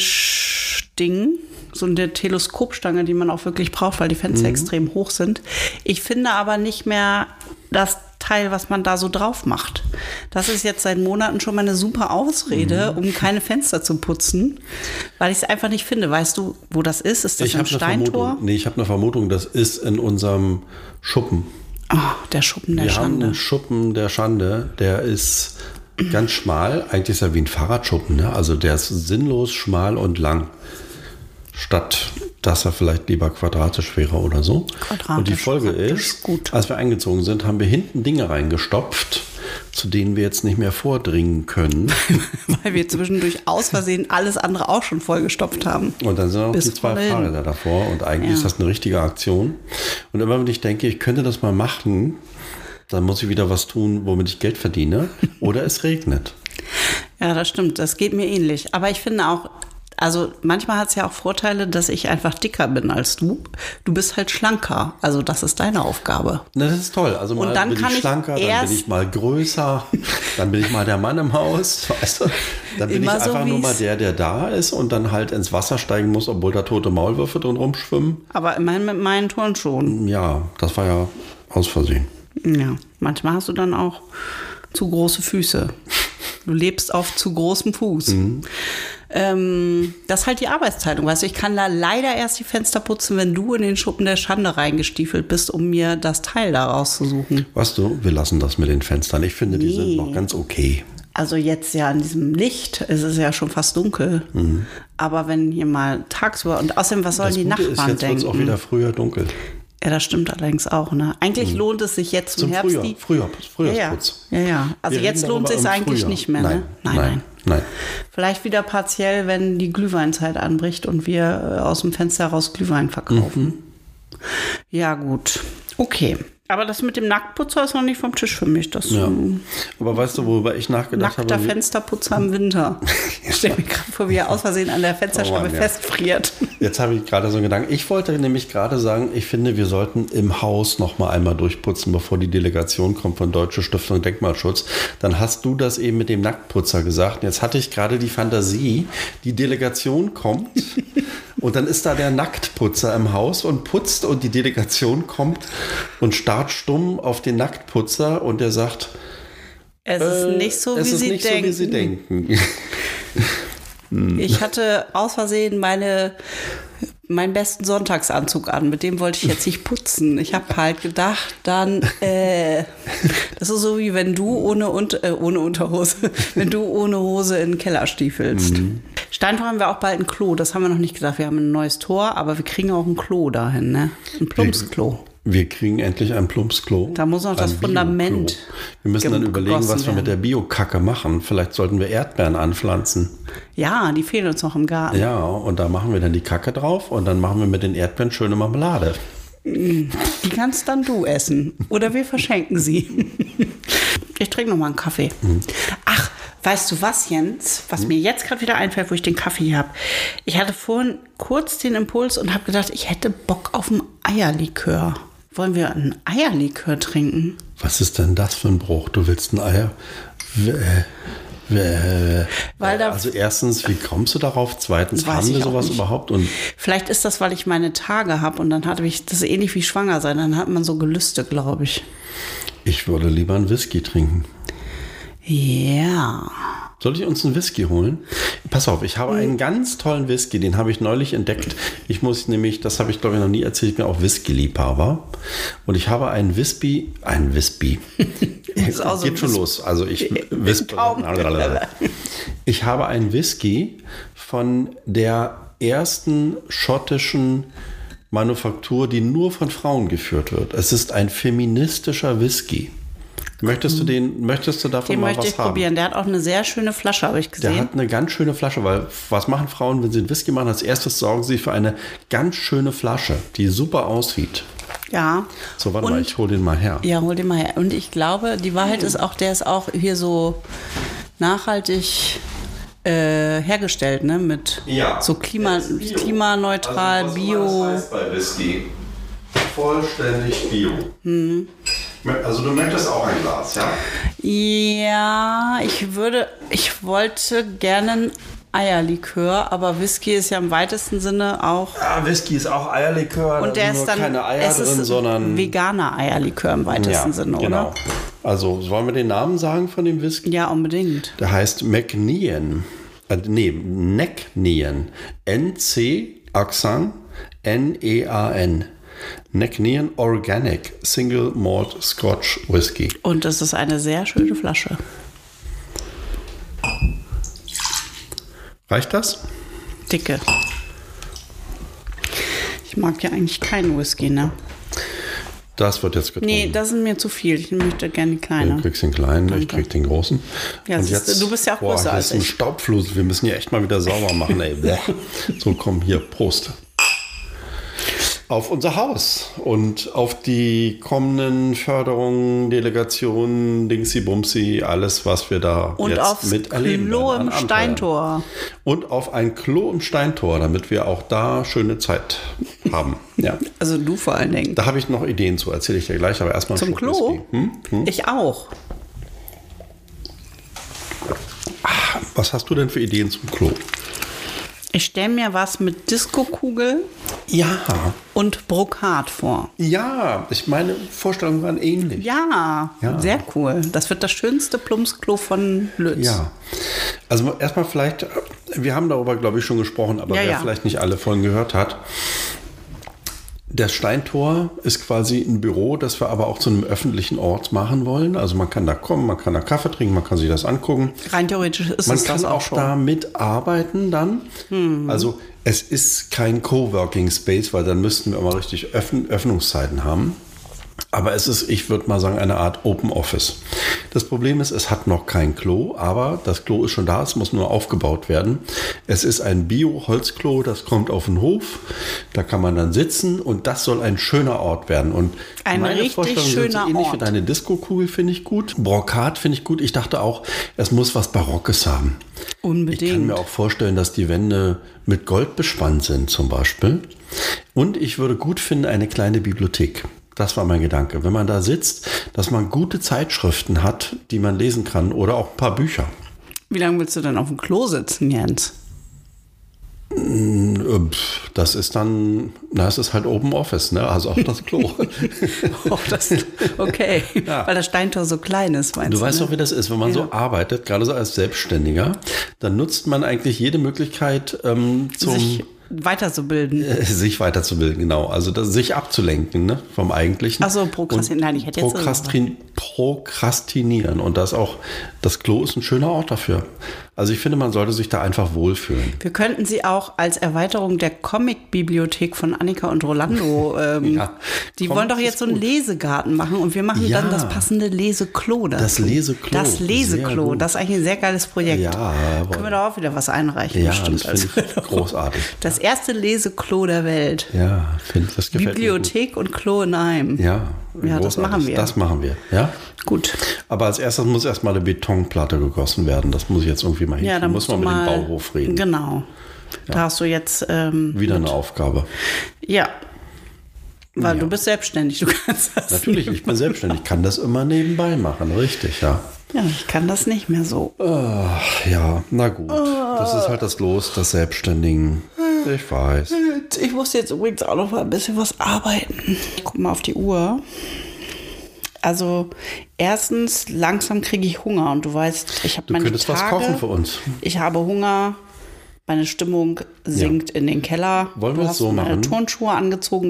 [SPEAKER 2] Fensterwischding, so eine Teleskopstange, die man auch wirklich braucht, weil die Fenster
[SPEAKER 1] Mhm.
[SPEAKER 2] extrem hoch sind. Ich finde aber nicht mehr das Teil, was man da so drauf macht. Das ist jetzt seit Monaten schon mal eine super
[SPEAKER 1] Mhm.
[SPEAKER 2] Ausrede, um keine Fenster zu putzen, weil ich es einfach nicht finde. Weißt du, wo das ist? Ist das
[SPEAKER 1] Ich
[SPEAKER 2] ein
[SPEAKER 1] habe eine
[SPEAKER 2] Steintor?
[SPEAKER 1] Vermutung. Nee, ich habe eine Vermutung, das ist in unserem Schuppen.
[SPEAKER 2] Ah, der Schuppen der
[SPEAKER 1] Wir haben
[SPEAKER 2] Schande.
[SPEAKER 1] einen Schuppen der Schande, der ist ganz schmal. Eigentlich ist er wie ein Fahrradschuppen, ne? Also der ist sinnlos schmal und lang. Statt dass er vielleicht lieber quadratisch wäre oder so.
[SPEAKER 2] Quadratisch,
[SPEAKER 1] und die Folge
[SPEAKER 2] praktisch,
[SPEAKER 1] ist,
[SPEAKER 2] gut.
[SPEAKER 1] als wir eingezogen sind, haben wir hinten Dinge reingestopft, zu denen wir jetzt nicht mehr vordringen können.
[SPEAKER 2] Weil wir zwischendurch aus Versehen alles andere auch schon vollgestopft haben.
[SPEAKER 1] Und dann sind auch
[SPEAKER 2] Bis
[SPEAKER 1] die zwei
[SPEAKER 2] vorhin.
[SPEAKER 1] Fahrräder davor. Und eigentlich
[SPEAKER 2] Ja.
[SPEAKER 1] ist das eine richtige Aktion. Und immer wenn ich denke, ich könnte das mal machen, dann muss ich wieder was tun, womit ich Geld verdiene. Oder es regnet.
[SPEAKER 2] Ja, das stimmt. Das geht mir ähnlich. Aber ich finde auch, also manchmal hat es ja auch Vorteile, dass ich einfach dicker bin als du. Du bist halt schlanker. Also das ist deine Aufgabe.
[SPEAKER 1] Na, das ist toll. Also mal
[SPEAKER 2] dann
[SPEAKER 1] bin
[SPEAKER 2] kann
[SPEAKER 1] ich
[SPEAKER 2] ich
[SPEAKER 1] schlanker, dann bin
[SPEAKER 2] erst-
[SPEAKER 1] ich mal größer, dann bin ich mal der Mann im Haus. Weißt du? Dann bin
[SPEAKER 2] Immer
[SPEAKER 1] ich
[SPEAKER 2] so,
[SPEAKER 1] einfach nur
[SPEAKER 2] wie's-
[SPEAKER 1] mal der, der da ist und dann halt ins Wasser steigen muss, obwohl da tote Maulwürfe drin rumschwimmen.
[SPEAKER 2] Aber immerhin mit meinen Turnschuhen.
[SPEAKER 1] Ja, das war ja aus Versehen.
[SPEAKER 2] Ja, manchmal hast du dann auch zu große Füße. Du lebst auf zu großem Fuß.
[SPEAKER 1] Mhm.
[SPEAKER 2] Ähm, das ist halt die Arbeitsteilung. Weißt du, ich kann da leider erst die Fenster putzen, wenn du in den Schuppen der Schande reingestiefelt bist, um mir das Teil da rauszusuchen.
[SPEAKER 1] Weißt du, wir lassen das mit den Fenstern. Ich finde, die sind
[SPEAKER 2] Nee.
[SPEAKER 1] noch ganz okay.
[SPEAKER 2] Also jetzt ja an diesem Licht ist es ja schon fast dunkel. Aber wenn hier mal tagsüber und außerdem, was sollen
[SPEAKER 1] Mhm. Das
[SPEAKER 2] die
[SPEAKER 1] Gute ist,
[SPEAKER 2] Nachbarn
[SPEAKER 1] jetzt wird es auch
[SPEAKER 2] denken?
[SPEAKER 1] wieder früher dunkel.
[SPEAKER 2] Ja, das stimmt allerdings auch. Ne? Eigentlich lohnt es sich jetzt zum,
[SPEAKER 1] Mhm. Zum
[SPEAKER 2] Herbst
[SPEAKER 1] Frühjahr,
[SPEAKER 2] die.
[SPEAKER 1] Frühjahr,
[SPEAKER 2] Ja, ja,
[SPEAKER 1] Frühjahrsputz.
[SPEAKER 2] ja, ja. Also
[SPEAKER 1] Wir
[SPEAKER 2] jetzt
[SPEAKER 1] reden
[SPEAKER 2] lohnt es sich
[SPEAKER 1] darüber im
[SPEAKER 2] eigentlich
[SPEAKER 1] Frühjahr.
[SPEAKER 2] nicht mehr.
[SPEAKER 1] Nein,
[SPEAKER 2] ne?
[SPEAKER 1] nein, nein. nein.
[SPEAKER 2] Vielleicht wieder partiell, wenn die Glühweinzeit anbricht und wir äh, aus dem Fenster raus Glühwein verkaufen.
[SPEAKER 1] Mhm.
[SPEAKER 2] Ja, gut. Okay. Aber das mit dem Nacktputzer ist noch nicht vom Tisch für mich. Das
[SPEAKER 1] Ja.
[SPEAKER 2] ähm,
[SPEAKER 1] Aber weißt du, worüber ich nachgedacht
[SPEAKER 2] nackter
[SPEAKER 1] habe?
[SPEAKER 2] Fensterputzer im Winter. Ich stelle mir gerade vor, wie er aus Versehen an der Fensterscheibe
[SPEAKER 1] Oh Mann, ja.
[SPEAKER 2] festfriert.
[SPEAKER 1] Jetzt habe ich gerade so einen Gedanken. Ich wollte nämlich gerade sagen, ich finde, wir sollten im Haus noch mal einmal durchputzen, bevor die Delegation kommt von Deutsche Stiftung Denkmalschutz. Dann hast du das eben mit dem Nacktputzer gesagt. Jetzt hatte ich gerade die Fantasie, die Delegation kommt und dann ist da der Nacktputzer im Haus und putzt und die Delegation kommt und starrt stumm auf den Nacktputzer und der sagt,
[SPEAKER 2] Es ist nicht so,
[SPEAKER 1] Äh, es
[SPEAKER 2] wie,
[SPEAKER 1] ist
[SPEAKER 2] sie
[SPEAKER 1] nicht so,
[SPEAKER 2] denken.
[SPEAKER 1] wie sie denken.
[SPEAKER 2] Ich hatte aus Versehen meine, meinen besten Sonntagsanzug an. Mit dem wollte ich jetzt nicht putzen. Ich habe halt gedacht, dann, äh, das ist so wie wenn du ohne, und, äh, ohne Unterhose, wenn du ohne Hose in den Keller stiefelst. Steintor haben wir auch bald ein Klo. Das haben wir noch nicht gesagt. Wir haben ein neues Tor, aber wir kriegen auch ein Klo dahin, ne? Ein Plumpsklo.
[SPEAKER 1] Wir kriegen endlich ein Plumpsklo.
[SPEAKER 2] Da muss noch
[SPEAKER 1] Ein
[SPEAKER 2] das Fundament
[SPEAKER 1] Bioklo. Wir müssen dann
[SPEAKER 2] gem-
[SPEAKER 1] überlegen, was
[SPEAKER 2] gegossen
[SPEAKER 1] wir mit der
[SPEAKER 2] werden.
[SPEAKER 1] Biokacke machen. Vielleicht sollten wir Erdbeeren anpflanzen.
[SPEAKER 2] Ja, die fehlen uns noch im Garten.
[SPEAKER 1] Ja, und da machen wir dann die Kacke drauf und dann machen wir mit den Erdbeeren schöne Marmelade.
[SPEAKER 2] Die kannst dann du essen. Oder wir verschenken sie. Ich trinke noch mal einen Kaffee. Ach, weißt du was, Jens? Was mir jetzt gerade wieder einfällt, wo ich den Kaffee hier habe. Ich hatte vorhin kurz den Impuls und habe gedacht, ich hätte Bock auf einen Eierlikör. Wollen wir einen Eierlikör trinken?
[SPEAKER 1] Was ist denn das für ein Bruch? Du willst ein Eier? W- äh, w- äh,
[SPEAKER 2] Weil da-
[SPEAKER 1] also erstens, wie kommst du darauf? Zweitens,
[SPEAKER 2] Weiß
[SPEAKER 1] haben wir
[SPEAKER 2] ich auch
[SPEAKER 1] sowas
[SPEAKER 2] nicht.
[SPEAKER 1] überhaupt? Und
[SPEAKER 2] Vielleicht ist das, weil ich meine Tage habe und dann hatte ich, das ist ähnlich wie schwanger sein, dann hat man so Gelüste, glaube ich.
[SPEAKER 1] ich würde lieber einen Whisky trinken.
[SPEAKER 2] Ja.
[SPEAKER 1] Soll ich uns einen Whisky holen? Pass auf, ich habe
[SPEAKER 2] Mhm.
[SPEAKER 1] einen ganz tollen Whisky, den habe ich neulich entdeckt. Ich muss nämlich, das habe ich glaube ich noch nie erzählt, ich bin auch Whisky-Liebhaber. Und ich habe einen Whisky, einen Whisky.
[SPEAKER 2] ist auch so
[SPEAKER 1] Geht
[SPEAKER 2] ein
[SPEAKER 1] schon
[SPEAKER 2] Whis-
[SPEAKER 1] los. Also ich Whisky.
[SPEAKER 2] Kaum.
[SPEAKER 1] Ich habe einen Whisky von der ersten schottischen Manufaktur, die nur von Frauen geführt wird. Es ist ein feministischer Whisky. Möchtest du den, möchtest du davon
[SPEAKER 2] Mhm. Den
[SPEAKER 1] mal
[SPEAKER 2] möchte
[SPEAKER 1] was
[SPEAKER 2] ich
[SPEAKER 1] haben?
[SPEAKER 2] probieren. Der hat auch eine sehr schöne Flasche, habe ich gesehen.
[SPEAKER 1] Der hat eine ganz schöne Flasche, weil was machen Frauen, wenn sie einen Whisky machen? Als erstes sorgen sie für eine ganz schöne Flasche, die super aussieht.
[SPEAKER 2] Ja.
[SPEAKER 1] So, warte
[SPEAKER 2] und,
[SPEAKER 1] mal, ich hole den mal her.
[SPEAKER 2] Ja, hol den mal her. Und ich glaube, die Wahrheit ist auch, der ist auch hier so nachhaltig äh, hergestellt, ne? Mit so Klima,
[SPEAKER 1] Äh, Also
[SPEAKER 2] klimaneutral, bio.
[SPEAKER 1] bei Whisky? Vollständig bio.
[SPEAKER 2] Mhm.
[SPEAKER 1] Also du möchtest auch ein Glas, ja?
[SPEAKER 2] Ja, ich würde, ich wollte gerne einen Eierlikör, aber Whisky ist ja im weitesten Sinne auch.
[SPEAKER 1] Ja, Whisky ist auch Eierlikör.
[SPEAKER 2] Und der
[SPEAKER 1] sind
[SPEAKER 2] ist
[SPEAKER 1] nur
[SPEAKER 2] dann
[SPEAKER 1] keine Eier
[SPEAKER 2] es ist
[SPEAKER 1] drin, sondern
[SPEAKER 2] veganer Eierlikör im weitesten Sinne,
[SPEAKER 1] genau.
[SPEAKER 2] oder?
[SPEAKER 1] Also wollen wir den Namen sagen von dem Whisky?
[SPEAKER 2] Ja, unbedingt.
[SPEAKER 1] Der heißt McNean. Äh, nee, Necknean. N-C, Axan, N-E-A-N. E Necknean Organic Single Malt Scotch Whisky.
[SPEAKER 2] Und das ist eine sehr schöne Flasche.
[SPEAKER 1] Reicht das?
[SPEAKER 2] Dicke. Ich mag ja eigentlich keinen Whisky, ne?
[SPEAKER 1] Das wird jetzt getrunken.
[SPEAKER 2] Nee, das sind mir zu viel. Ich möchte gerne
[SPEAKER 1] Du
[SPEAKER 2] kleiner.
[SPEAKER 1] kriegst den kleinen, ich
[SPEAKER 2] Genau. Danke.
[SPEAKER 1] krieg den großen.
[SPEAKER 2] Ja, siehst du, du bist ja auch größer
[SPEAKER 1] boah, das
[SPEAKER 2] als
[SPEAKER 1] ist ein
[SPEAKER 2] ich.
[SPEAKER 1] Staubflusen. Wir müssen hier echt mal wieder sauber machen, ey. Bleh. So, komm hier, Prost. Auf unser Haus und auf die kommenden Förderungen, Delegationen, Dingsy Bumsy, alles, was wir da
[SPEAKER 2] Und
[SPEAKER 1] jetzt
[SPEAKER 2] aufs
[SPEAKER 1] miterleben.
[SPEAKER 2] Klo
[SPEAKER 1] werden an
[SPEAKER 2] im
[SPEAKER 1] Abenteuern.
[SPEAKER 2] Steintor.
[SPEAKER 1] Und auf ein Klo im Steintor, damit wir auch da schöne Zeit haben. Ja.
[SPEAKER 2] Also du vor allen Dingen.
[SPEAKER 1] Da habe ich noch Ideen zu, erzähle ich dir gleich, aber erstmal einen
[SPEAKER 2] Zum
[SPEAKER 1] Schluck
[SPEAKER 2] Klo?
[SPEAKER 1] Whisky. Hm?
[SPEAKER 2] Ich auch.
[SPEAKER 1] Was hast du denn für Ideen zum Klo?
[SPEAKER 2] Ich stelle mir was mit Diskokugel
[SPEAKER 1] Ja,
[SPEAKER 2] und Brokat vor.
[SPEAKER 1] ja, ich meine Vorstellungen waren ähnlich.
[SPEAKER 2] Ja,
[SPEAKER 1] Ja.
[SPEAKER 2] sehr cool. Das wird das schönste Plumpsklo von Lütz.
[SPEAKER 1] Ja. Also erstmal vielleicht, wir haben darüber, glaube ich, schon gesprochen, aber
[SPEAKER 2] Ja,
[SPEAKER 1] wer
[SPEAKER 2] ja.
[SPEAKER 1] vielleicht nicht alle Folgen gehört hat. Das Steintor ist quasi ein Büro, das wir aber auch zu einem öffentlichen Ort machen wollen. Also man kann da kommen, man kann da Kaffee trinken, man kann sich das angucken.
[SPEAKER 2] Rein theoretisch ist
[SPEAKER 1] Man
[SPEAKER 2] es
[SPEAKER 1] kann
[SPEAKER 2] das auch
[SPEAKER 1] auch
[SPEAKER 2] schon. Hm.
[SPEAKER 1] da mitarbeiten dann. Also es ist kein Coworking Space, weil dann müssten wir immer richtig Öffn Öffnungszeiten haben. Aber es ist, ich würde mal sagen, eine Art Open Office. Das Problem ist, es hat noch kein Klo, aber das Klo ist schon da, es muss nur aufgebaut werden. Es ist ein Bio-Holzklo, das kommt auf den Hof, da kann man dann sitzen und das soll ein schöner Ort werden. Und
[SPEAKER 2] Ein
[SPEAKER 1] meine
[SPEAKER 2] richtig
[SPEAKER 1] Vorstellungen sind so
[SPEAKER 2] schöner
[SPEAKER 1] ähnlich wie
[SPEAKER 2] Ort.
[SPEAKER 1] deine eine Disco-Kugel finde ich gut. Brokat finde ich gut. Ich dachte auch, es muss was Barockes haben.
[SPEAKER 2] Unbedingt.
[SPEAKER 1] Ich kann mir auch vorstellen, dass die Wände mit Gold bespannt sind, zum Beispiel. Und ich würde gut finden, eine kleine Bibliothek. Das war mein Gedanke. Wenn man da sitzt, dass man gute Zeitschriften hat, die man lesen kann oder auch ein paar Bücher.
[SPEAKER 2] Wie lange willst du denn auf dem Klo sitzen, Jens?
[SPEAKER 1] Ähm, pf, Das ist dann, na, es ist halt Open Office, ne? Also auch das Klo.
[SPEAKER 2] Oh, das, okay,
[SPEAKER 1] Ja.
[SPEAKER 2] weil das Steintor so klein ist, meinst du?
[SPEAKER 1] Du weißt
[SPEAKER 2] ne?
[SPEAKER 1] doch, wie das ist, wenn man so arbeitet, gerade so als Selbstständiger, dann nutzt man eigentlich jede Möglichkeit ähm, zum
[SPEAKER 2] Um sich
[SPEAKER 1] sich,
[SPEAKER 2] weiterzubilden.
[SPEAKER 1] äh, sich weiterzubilden, genau. Also das, sich abzulenken ne, vom Eigentlichen.
[SPEAKER 2] Ach so, prokrastin-
[SPEAKER 1] Und
[SPEAKER 2] nein, ich hätte jetzt-
[SPEAKER 1] prokrastin Prokrastinieren und das auch, das Klo ist ein schöner Ort dafür. Also ich finde, man sollte sich da einfach wohlfühlen.
[SPEAKER 2] Wir könnten sie auch als Erweiterung der Comic-Bibliothek von Annika und Rolando. Ähm,
[SPEAKER 1] Ja,
[SPEAKER 2] die
[SPEAKER 1] Comic
[SPEAKER 2] wollen doch
[SPEAKER 1] ist
[SPEAKER 2] jetzt so einen
[SPEAKER 1] gut.
[SPEAKER 2] Lesegarten machen und wir machen dann
[SPEAKER 1] Ja.
[SPEAKER 2] das passende Leseklo. Dazu.
[SPEAKER 1] Das Leseklo,
[SPEAKER 2] Das
[SPEAKER 1] sehr
[SPEAKER 2] Leseklo.
[SPEAKER 1] gut.
[SPEAKER 2] Das ist eigentlich ein sehr geiles Projekt.
[SPEAKER 1] Ja, jawohl.
[SPEAKER 2] Können wir da auch wieder was einreichen?
[SPEAKER 1] Ja,
[SPEAKER 2] bestimmt
[SPEAKER 1] das finde ich
[SPEAKER 2] als-
[SPEAKER 1] großartig.
[SPEAKER 2] Das erste Leseklo der Welt.
[SPEAKER 1] Ja, finde das gefällt mir.
[SPEAKER 2] Bibliothek und Klo in einem.
[SPEAKER 1] gut. Ja,
[SPEAKER 2] Ja, das machen wir.
[SPEAKER 1] Das machen wir, ja.
[SPEAKER 2] Gut.
[SPEAKER 1] Aber als erstes muss erstmal eine Betonplatte gegossen werden. Das muss ich jetzt irgendwie mal hin.
[SPEAKER 2] Ja, dann
[SPEAKER 1] muss man
[SPEAKER 2] musst du
[SPEAKER 1] mit
[SPEAKER 2] mal,
[SPEAKER 1] dem Bauhof reden.
[SPEAKER 2] Genau. Da hast du jetzt, ähm,
[SPEAKER 1] Wieder eine Aufgabe.
[SPEAKER 2] ja. Weil
[SPEAKER 1] Ja.
[SPEAKER 2] du bist selbstständig, du kannst das
[SPEAKER 1] Natürlich, ich bin selbstständig, kann das immer nebenbei machen, richtig, ja.
[SPEAKER 2] Ja, ich kann das nicht mehr so.
[SPEAKER 1] Ach ja, na gut. Das ist halt das Los des Selbstständigen. Ich weiß.
[SPEAKER 2] Ich muss jetzt übrigens auch noch mal ein bisschen was arbeiten. Ich guck mal auf die Uhr. Also, erstens, langsam kriege ich Hunger und du weißt, ich habe
[SPEAKER 1] Du
[SPEAKER 2] meine
[SPEAKER 1] könntest
[SPEAKER 2] Tage,
[SPEAKER 1] was kochen für uns.
[SPEAKER 2] Ich habe Hunger, meine Stimmung sinkt in den Keller.
[SPEAKER 1] Wollen
[SPEAKER 2] du
[SPEAKER 1] wir es
[SPEAKER 2] hast
[SPEAKER 1] so
[SPEAKER 2] meine
[SPEAKER 1] machen?
[SPEAKER 2] Turnschuhe angezogen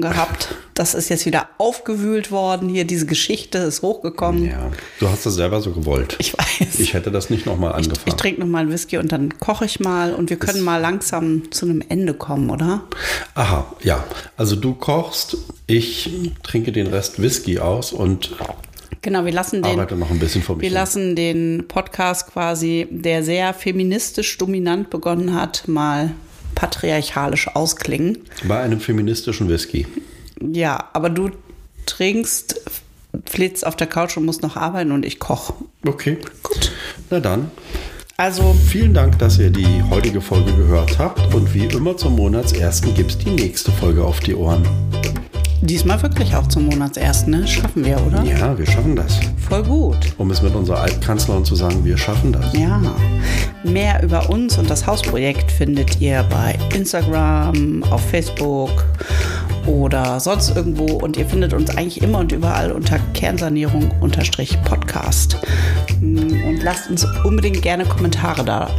[SPEAKER 2] gehabt. Das ist jetzt wieder aufgewühlt worden. Hier, diese Geschichte ist hochgekommen.
[SPEAKER 1] Ja, du hast das selber so gewollt.
[SPEAKER 2] Hm. Ich weiß.
[SPEAKER 1] Ich hätte das nicht nochmal
[SPEAKER 2] Ich
[SPEAKER 1] angefangen.
[SPEAKER 2] trinke noch mal einen Whisky und dann koche ich mal und wir können mal langsam zu einem Ende kommen, oder?
[SPEAKER 1] Aha, ja. Also du kochst, ich trinke den Rest Whisky aus und
[SPEAKER 2] Genau, wir lassen den,
[SPEAKER 1] arbeite noch ein bisschen vor mich
[SPEAKER 2] wir
[SPEAKER 1] hin.
[SPEAKER 2] lassen den Podcast quasi, der sehr feministisch dominant begonnen hat, mal patriarchalisch ausklingen.
[SPEAKER 1] Bei einem feministischen Whisky.
[SPEAKER 2] Ja, aber du trinkst, flitzt auf der Couch und musst noch arbeiten und ich koche.
[SPEAKER 1] Okay. Gut. Na dann,
[SPEAKER 2] Also,
[SPEAKER 1] Vielen Dank, dass ihr die heutige Folge gehört habt und wie immer zum Monatsersten gibt's die nächste Folge auf die Ohren.
[SPEAKER 2] diesmal wirklich auch zum Monatsersten, ne? Schaffen wir, oder?
[SPEAKER 1] Ja, wir schaffen das.
[SPEAKER 2] Voll gut.
[SPEAKER 1] Um es mit unserer Altkanzlerin zu sagen, wir schaffen das.
[SPEAKER 2] Ja. Mehr über uns und das Hausprojekt findet ihr bei Instagram, auf Facebook oder sonst irgendwo. Und ihr findet uns eigentlich immer und überall unter Kernsanierung-Podcast. Mm, Und lasst uns unbedingt gerne Kommentare da.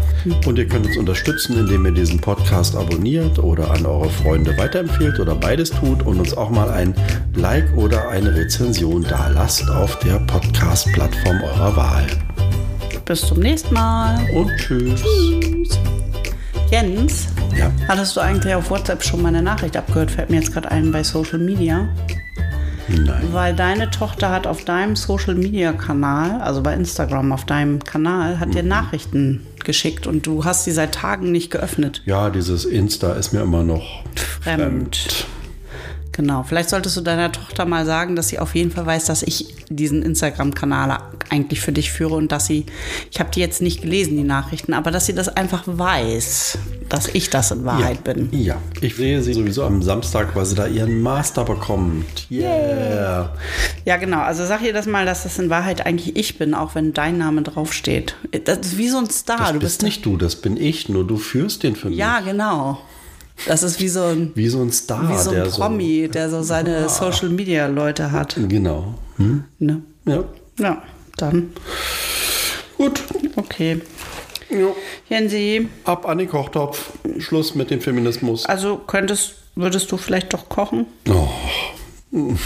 [SPEAKER 1] Und ihr könnt uns unterstützen, indem ihr diesen Podcast abonniert oder an eure Freunde weiterempfehlt oder beides tut und uns auch mal ein Like oder eine Rezension da lasst auf der Podcast-Plattform eurer Wahl.
[SPEAKER 2] Bis zum nächsten Mal.
[SPEAKER 1] Und tschüss.
[SPEAKER 2] Jens,
[SPEAKER 1] Ja.
[SPEAKER 2] Hattest du eigentlich auf WhatsApp schon meine Nachricht abgehört? Fällt mir jetzt gerade ein bei Social Media.
[SPEAKER 1] Nein.
[SPEAKER 2] Weil deine Tochter hat auf deinem Social Media Kanal, also bei Instagram auf deinem Kanal, hat
[SPEAKER 1] Mhm.
[SPEAKER 2] dir Nachrichten geschickt und du hast sie seit Tagen nicht geöffnet.
[SPEAKER 1] Ja, dieses Insta ist mir immer noch
[SPEAKER 2] Fremd. Genau. Vielleicht solltest du deiner Tochter mal sagen, dass sie auf jeden Fall weiß, dass ich diesen Instagram-Kanal eigentlich für dich führe und dass sie, ich habe die jetzt nicht gelesen, die Nachrichten, aber dass sie das einfach weiß, dass ich das in Wahrheit bin.
[SPEAKER 1] Ja, ich sehe sie sowieso am Samstag, weil sie da ihren Master bekommt. Yeah.
[SPEAKER 2] Ja, genau. Also sag ihr das mal, dass das in Wahrheit eigentlich ich bin, auch wenn dein Name draufsteht. Das ist wie so ein Star.
[SPEAKER 1] Das
[SPEAKER 2] du
[SPEAKER 1] bist
[SPEAKER 2] bist
[SPEAKER 1] nicht du, das bin ich, nur du führst den für mich.
[SPEAKER 2] Ja, genau. Das ist wie so ein,
[SPEAKER 1] Wie so ein Star,
[SPEAKER 2] wie so ein
[SPEAKER 1] der
[SPEAKER 2] Promi, der so seine Social Media Leute hat.
[SPEAKER 1] so. Genau. Hm?
[SPEAKER 2] Ne?
[SPEAKER 1] Ja.
[SPEAKER 2] Ja, dann.
[SPEAKER 1] Gut.
[SPEAKER 2] Okay.
[SPEAKER 1] Jo.
[SPEAKER 2] Jensi,
[SPEAKER 1] Ab an den Kochtopf. Schluss mit dem Feminismus.
[SPEAKER 2] also könntest, würdest du vielleicht doch kochen?
[SPEAKER 1] Oh.